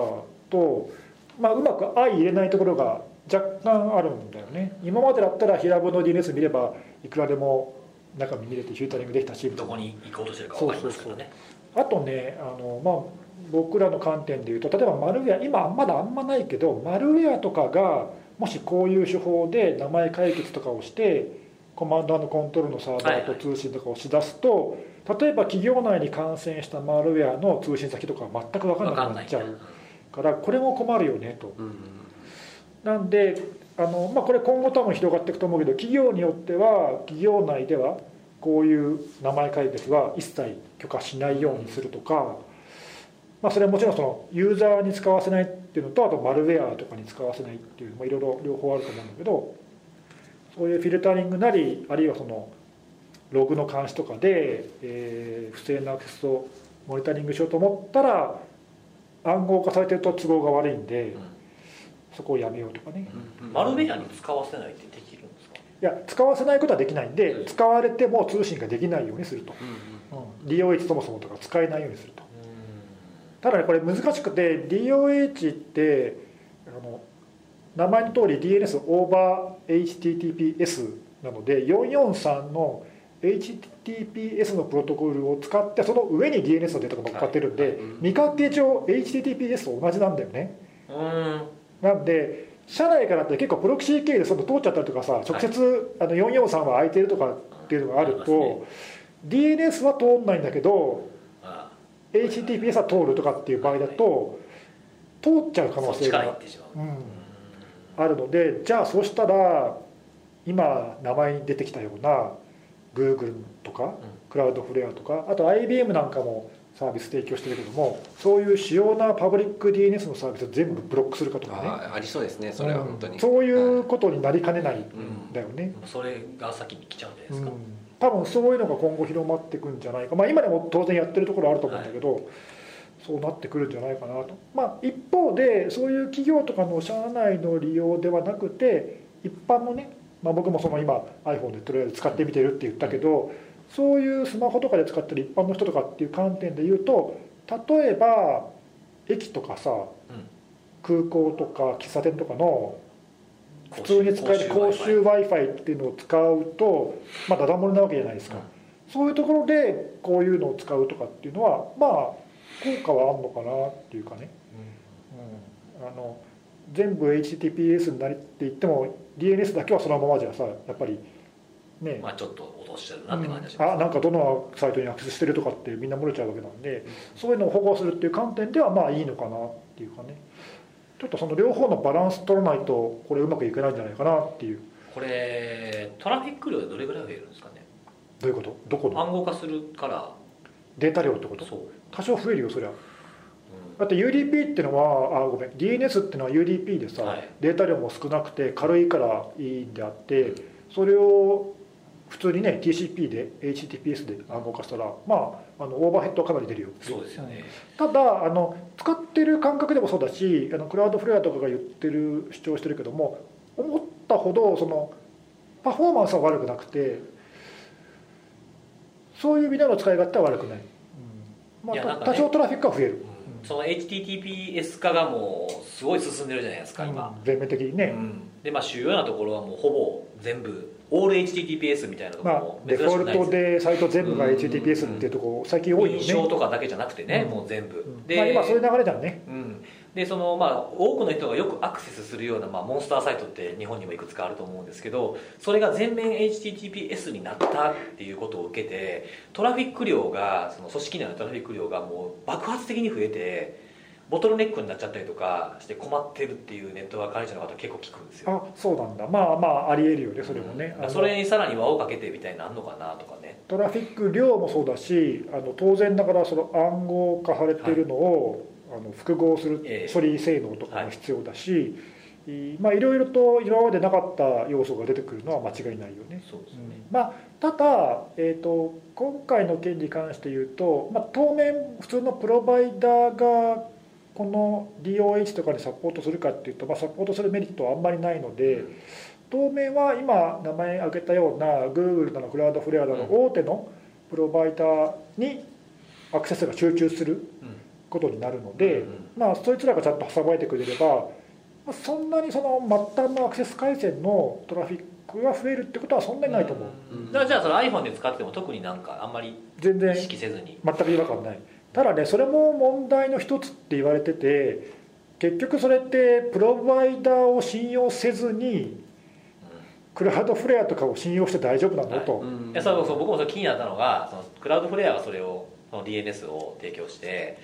と、まあ、うまく相入れないところが若干あるんだよね今までだったら平棒の DNS 見ればいくらでも中身見れてフィルタリングできたしどこに行こうとしてるか分かりますからねあとねあの、まあ、僕らの観点でいうと例えばマルウェア今まだあんまないけどマルウェアとかがもしこういう手法で名前解決とかをしてコマンドコントロールのサーバーと通信とかをしだすと、例えば企業内に感染したマルウェアの通信先とかは全く分かんな分かくんななっいちゃうからこれも困るよねと。うんなんであの、まあ、これ今後多分広がっていくと思うけど企業によっては企業内ではこういう名前解決は一切許可しないようにするとか、まあ、それはもちろんそのユーザーに使わせないっていうのとあとマルウェアとかに使わせないっていうのもいろいろ両方あると思うんだけどそういうフィルタリングなりあるいはそのログの監視とかで、えー不正なアクセスをモニタリングしようと思ったら暗号化されてると都合が悪いんで、そこをやめようとかね。マルウェアに使わせないってできるんですかいや使わせないことはできないんで使われても通信ができないようにすると、DOH そもそもとか使えないようにするとただねこれ難しくて DOH ってあの名前の通り DNS オーバー HTTPS なので443の HTTPS のプロトコルを使ってその上に DNS のデータが乗っかってるんで、未関係上 HTTPS と同じなんだよね、うんなんで社内からって結構プロキシー経由でその通っちゃったりとかさ直接あの443は空いてるとかっていうのがあるありますねと DNS は通んないんだけどあ HTTPS は通るとかっていう場合だと通っちゃう可あそ能っ性ちから行がっ、てしまううん、あるのでじゃあそうしたら今名前に出てきたような Google とかクラウドフレアとかあと IBM なんかもサービス提供してるけどもそういう主要なパブリック DNS のサービスを全部ブロックするかとかねあーありそうですねそれは本当に、うんそういうはことになりかねないんうんだよね、それが先に来ちゃうんじゃないでうすんか、多分そういうのが今後広まっていくんじゃないか、まあ、今でも当然やってるところあると思うんだけど、そうなってくるんじゃないかなと、まあ、一方でそういう企業とかの社内の利用ではなくて一般のね、まあ、僕もその今 iPhone でとりあえず使ってみてるって言ったけど、そういうスマホとかで使ってる一般の人とかっていう観点で言うと例えば駅とかさ、空港とか喫茶店とかの普通に使える公衆 w i f i っていうのを使うとまあダダ漏れなわけじゃないですか、そういうところでこういうのを使うとかっていうのはまあ効果はあんのかなっていうかね、うんあの全部 HTTPS になりって言っても DNS だけはそのままじゃさやっぱりねまあちょっと落としてるなって感じがしあます、なんかどのサイトにアクセスしてるとかってみんな漏れちゃうわけなんで、そういうのを保護するっていう観点ではまあいいのかなっていうかねちょっとその両方のバランス取らないとこれうまくいけないんじゃないかなっていうこれトラフィック量どれぐらい増えるんですかねどういうことどこの暗号化するからデータ量ってことそう、多少増えるよそりゃだって UDP ってのはあごめん DNS ってのは UDP でさ、はいデータ量も少なくて軽いからいいんであってそれを普通にね TCP で HTTPS で暗号化したらまああのオーバーヘッドはかなり出るよそうですよね、ただあの使ってる感覚でもそうだしあのクラウドフレアとかが言ってる主張してるけども思ったほどそのパフォーマンスは悪くなくてそういう意味での使い勝手は悪くない、うんまいやなんあ、かね多少トラフィックは増える、その HTTPS 化がもうすごい進んでるじゃないですか今、全面的にうね、んでまあ主要なところはもうほぼ全部オール HTTPS みたいなとこまろあも、デ珍フしォくルないですトでサイト全部がうん HTTPS っていうとこ最近多い印象よね、とかだけじゃなくてね、うんもう全部、うんで,、まあ、今そういう流れだよねうん、でそのまあ多くの人がよくアクセスするような、まあ、モンスターサイトって日本にもいくつかあると思うんですけどそれが全面 HTTPS になったっていうことを受けてトラフィック量がその組織内のトラフィック量がもう爆発的に増えてボトルネックになっちゃったりとかして困ってるっていうネットワーク管理者の方結構聞くんですよあそうなんだまあまあありえるよねそれもね、うんあのそれにさらに輪をかけてみたいなのあんのかなとかねトラフィック量もそうだしあの当然ながらその暗号化されているのを、あの複合すえるえ処理性能とかも必要だし、いまあいろいろと今までなかった要素が出てくるのは間違いないよね。そうですうんまあ、ただ、えー、と今回の件に関して言うと、まあ、当面普通のプロバイダーがこの DOH とかにサポートするかっていうと、まあ、サポートするメリットはあんまりないので当面は今名前挙げたような Google なのクラウドフレアなの大手のプロバイダーにアクセスが集中することになるので、うんまあ、そいつらがちゃんと挟まえてくれれば、まあ、そんなにその末端のアクセス回線のトラフィックが増えるってことはそんなにないと思う、うんだからじゃあその iPhone で使っても特になんかあんまり全然意識せずに全く違和感ないただねそれも問題の一つって言われてて結局それってプロバイダーを信用せずにクラウドフレアとかを信用して大丈夫なのと、いやそうそう僕もそれ気になったのがそのクラウドフレアがそれをその DNS を提供して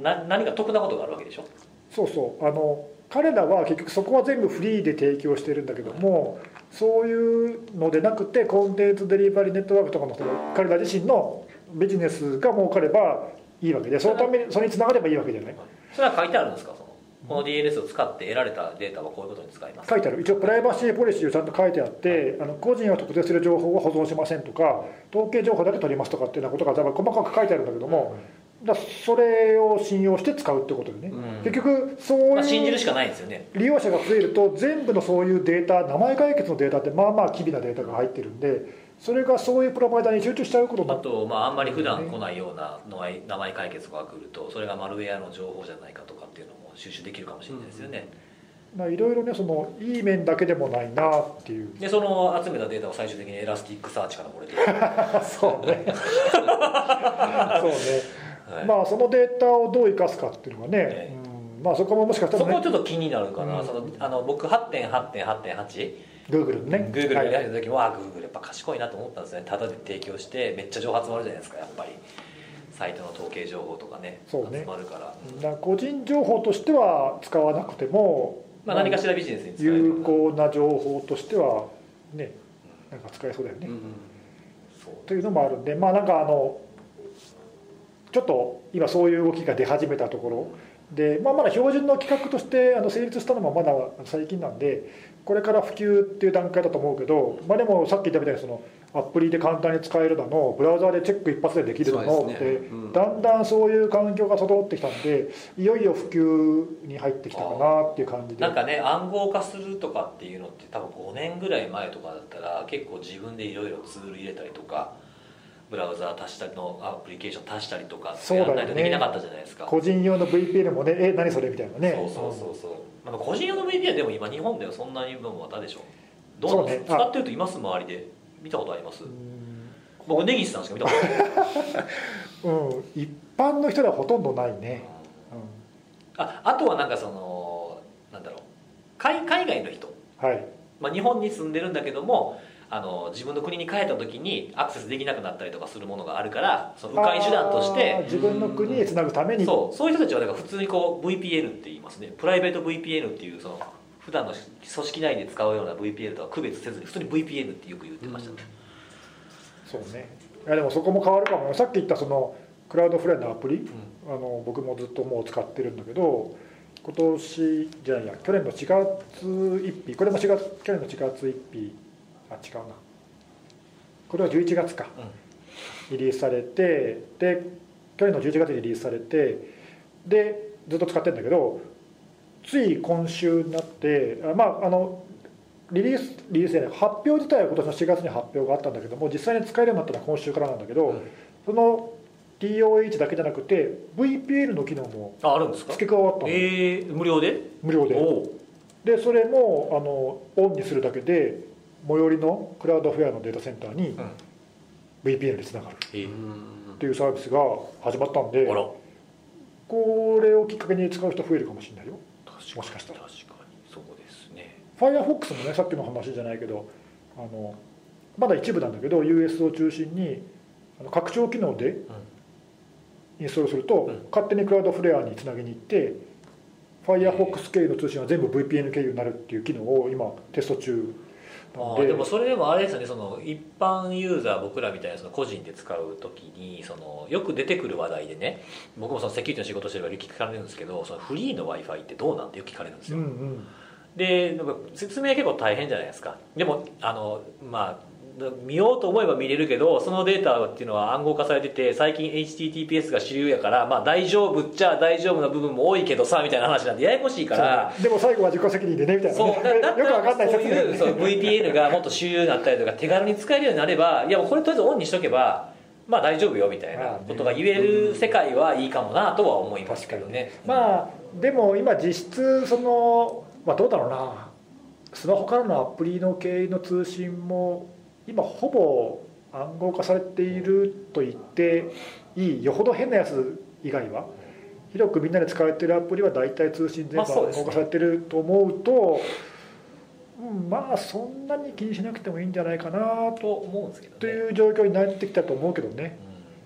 な何か得なことがあるわけでしょそうそうあの彼らは結局そこは全部フリーで提供してるんだけどもそういうのでなくてコンテンツデリバリーネットワークとかのその彼ら自身のビジネスが儲かればいいわけでそのためにそれにつながればいいわけじゃないそれは書いてあるんですかそのこの DNS を使って得られたデータはこういうことに使います書いてある一応プライバシーポリシーをちゃんと書いてあってあの個人を特定する情報は保存しませんとか統計情報だけ取りますとかっていうようなことが多分細かく書いてあるんだけどもだからそれを信用して使うってことでね、うん結局そうまあ、信いじうるしかないんですよね利用者が増えると全部のそういうデータ名前解決のデータってまあまあ機微なデータが入ってるんでそれがそういうプロバイダーに集中しちゃうことにあなってと、まあ、あんまり普段来ないような名前名前解決とかが来るとそれがマルウェアの情報じゃないかとかっていうのも収集できるかもしれないですよね、まあいろいろねそのいい面だけでもないなっていうでその集めたデータを最終的にエラスティックサーチから漏れてる、そうねそうねはい まあそのデータをどう生かすかっていうのがね、えうんまあそこももしかしたそらこはねちょっと気になるかな、うんそのあの僕8.8.8.8 Google のね Google ではやいってた時も、あ Google やっぱ賢いなと思ったんですねただで提供してめっちゃ情報集まるじゃないですかやっぱりサイトの統計情報とかねそうね集まるから、だから個人情報としては使わなくても、まあ、何かしらビジネスに使えるよう有な効な情報としてはねなんか使えそうだよね、そうというのもあるんでまあなんかあのちょっと今そういう動きが出始めたところで、まあ、まだ標準の企画としてあの成立したのもまだ最近なんでこれから普及っていう段階だと思うけど、まあ、でもさっき言ったみたいにそのアプリで簡単に使えるだのブラウザーでチェック一発でできるだそのうでっすて、ねうんだんだんそういう環境が整ってきたんでいよいよ普及に入ってきたかなっていう感じでなんかね暗号化するとかっていうのって多分5年ぐらい前とかだったら結構自分でいろいろツール入れたりとかブラウザー足したりのアプリケーション足したりとかってやんないとできなかったじゃないですか個人用の VPN もねえ何それみたいなねそうそうそうそう、まあ、個人用の VPN でも今日本ではそんなに分はたでしょどうなんですそうねあ使ってるといます周りで見たことありますうん僕根岸さんしか見たことないうん、一般の人ではほとんどないね、うああとはなんかそのなんだろう海海外の人、ん、はいまあ、日本に住んでるんだけどもあの自分の国に帰った時にアクセスできなくなったりとかするものがあるからその迂回手段としあーて自分の国へつなぐためにそうそういう人たちはだから普通にこう VPN って言いますねプライベート VPN っていうその普段の組織内で使うような VPN とは区別せずに普通に VPN ってよく言ってましたね、そうねいやでもそこも変わるかもよさっき言ったそのクラウドフレンドのアプリ、あの僕もずっともう使ってるんだけど今年じゃないや去年の4月1日これも4月去年の4月1日あ違うなこれは11月か、リリースされてで去年の11月にリリースされてでずっと使ってるんだけどつい今週になってあまああのリリースリリースじゃない発表自体は今年の4月に発表があったんだけども実際に使えるようになったのは今週からなんだけど、その DOH だけじゃなくて VPL の機能もああるんですか付け加わったの、ええ無料で無料おでおでそれもあのオンにするだけで最寄りのクラウドフェアのデータセンターに VPN でつながるええっていうサービスが始まったんであらこれをきっかけに使う人増えるかもしれないよ確もしかしたら確かにそうですね Firefox もねさっきの話じゃないけどあのまだ一部なんだけど US を中心にあの拡張機能でインストールすると、ん勝手にクラウドフレアにつなぎに行って Firefox 経由の通信は全部 VPN 経由になるっていう機能を今テスト中あなんーででもそれでもあれですよねその一般ユーザー僕らみたいなその個人で使う時にそのよく出てくる話題でね僕もそのセキュリティの仕事してるからよく聞かれるんですけどそのフリーの w i f i ってどうなんてよく聞かれるんですうよ、んうんでなんか説明結構大変じゃないですかでもあのまあ見ようと思えば見れるけどそのデータっていうのは暗号化されてて最近 HTTPS が主流やから、まあ、大丈夫っちゃ大丈夫な部分も多いけどさみたいな話なんでややこしいからでも最後は自己責任でねみたいなそねうだだっよくわかんたないらそう説明いうそう VPN がもっと主流になったりとか手軽に使えるようになればいやもうこれとりあえずオンにしとけばまあ大丈夫よみたいなことが言える世界はいいかもなとは思いますけどねまあでも今実質その、まあ、どうだろうなスマホからのアプリの経由の通信も今ほぼ暗号化されていると言っていいよほど変なやつ以外は広くみんなで使われてるアプリは大体通信全部まあ暗そうですね号化されてると思うと、うんまあそんなに気にしなくてもいいんじゃないかなと思うんですけどねという状況になってきたと思うけどね。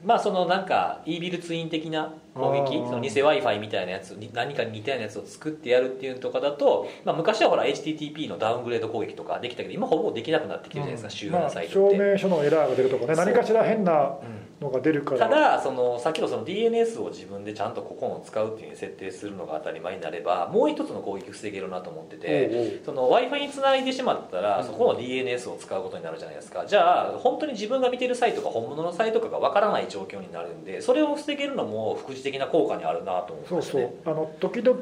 まあそのなんか e ビルツイン的な攻撃あーその偽 w i f i みたいなやつに何かに似たようなやつを作ってやるっていうのとかだと、まあ、昔はほら HTTP のダウングレード攻撃とかできたけど今ほぼできなくなってきてるじゃないですか、主流まなあサイトっ証て、明書のエラーが出るとかねそう何かしら変なうんのが出るからただそのさっきのその DNS を自分でちゃんと個々を使うっていうふうに設定するのが当たり前になればもう一つの攻撃防げるなと思ってて、その w i f i につないでしまったらそこの DNS を使うことになるじゃないですかじゃあ本当に自分が見てるサイトか本物のサイトかがわからない状況になるんでそれを防げるのも副次的な効果にあるなと思いそまうしたそう、ねあの時々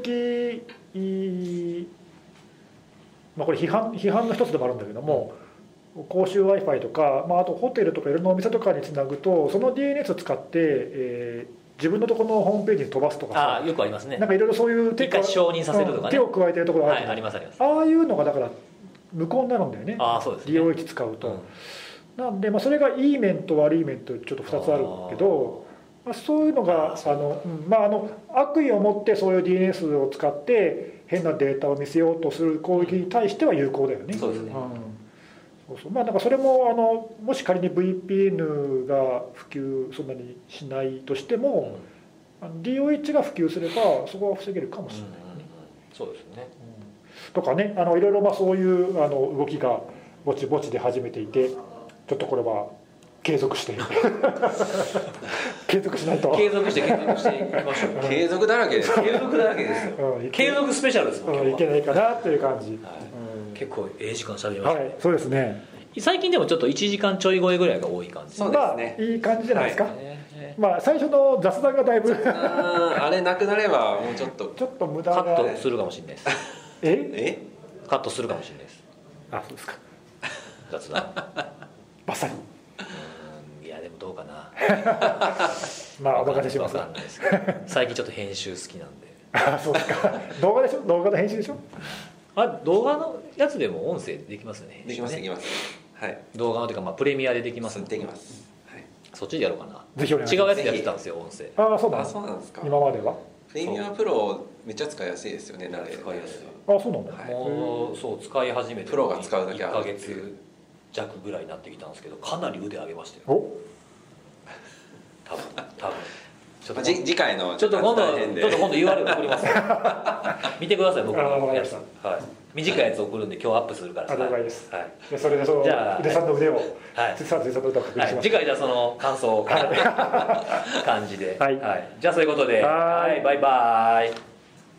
いいまあ、これ批判批判の一つでもあるんだけども、公衆 w i f i とか、まあ、あとホテルとかいろんなお店とかにつなぐとその DNS を使って、えー自分のところのホームページに飛ばすとかあさあよくありますねなんかいろいろそういう一回承認させるとうかんね手を加えてるところがあはいるじゃあんりますありますああいうのがだから無効になるんだよねああそうですね DOH 使うと。うんなんで、まあ、それがいい面と悪い面とちょっと2つあるけどまあ、そういうのがあーあそうかの、うんまあ、あの悪意を持ってそういう DNS を使って変なデータを見せようとする攻撃に対しては有効だよね。そうですうねんそうそうまあ、なんかそれもあのもし仮に VPN が普及そんなにしないとしても、あの DOH が普及すればそこは防げるかもしれないね。うんうんうんそうですねとかねあのいろいろまあそういうあの動きがぼちぼちで始めていてちょっとこれは継続して 継続しないと、継続して継続していきま しょう継続だらけですよ継続だらけですようん、いけ継続スペシャルですもんう今ん日いはけないかなという感じ、結構ええ時間しゃべりうんましたはね、いそうですね最近でもちょっと1時間ちょい超えぐらいが多い感じそうですねまあいい感じじゃないですか、ねまあ最初の雑談がだいぶ あーあれなくなればもうちょっとちょっと無駄カがットするかもしれないです ええカットするかもしれないですあそうですか雑談バッサリうんいやでもどうかなまあお任せしますわかんないですけど最近ちょっと編集好きなんであそうですか動画でしょ動画の編集でしょあ動画のやつでも音声できますよねできますでねきますはい動画のというかまあプレミアでできますできますはいそっちでやろうかなぜひお願いし違まうすやつでやってたんですよ音声ああそうなあんだそうなんですか今まではプレミアムプロめっちゃ使いやすいですよね慣れて使いやすいあそうなんだ、はいもうそう使い始めてプロが使うだけ1あヶる月弱ぐらいになってきたんですけどかなり腕上げましたよお多分多分ちょっまあとじ次回のちょっと今度、雑談編でちょっと今度 URL 送り ます。見てください、僕あわかのりやまつ。したはい。短いやつ送るんで、今日アップするから。あ了解ですはい。でそれでそのじゃあ腕さんの腕を、はいさんの腕さんの腕を確認はしいまし次回じゃあその感想を、感じで、はいじゃあそういうことで、はーいバイバイ。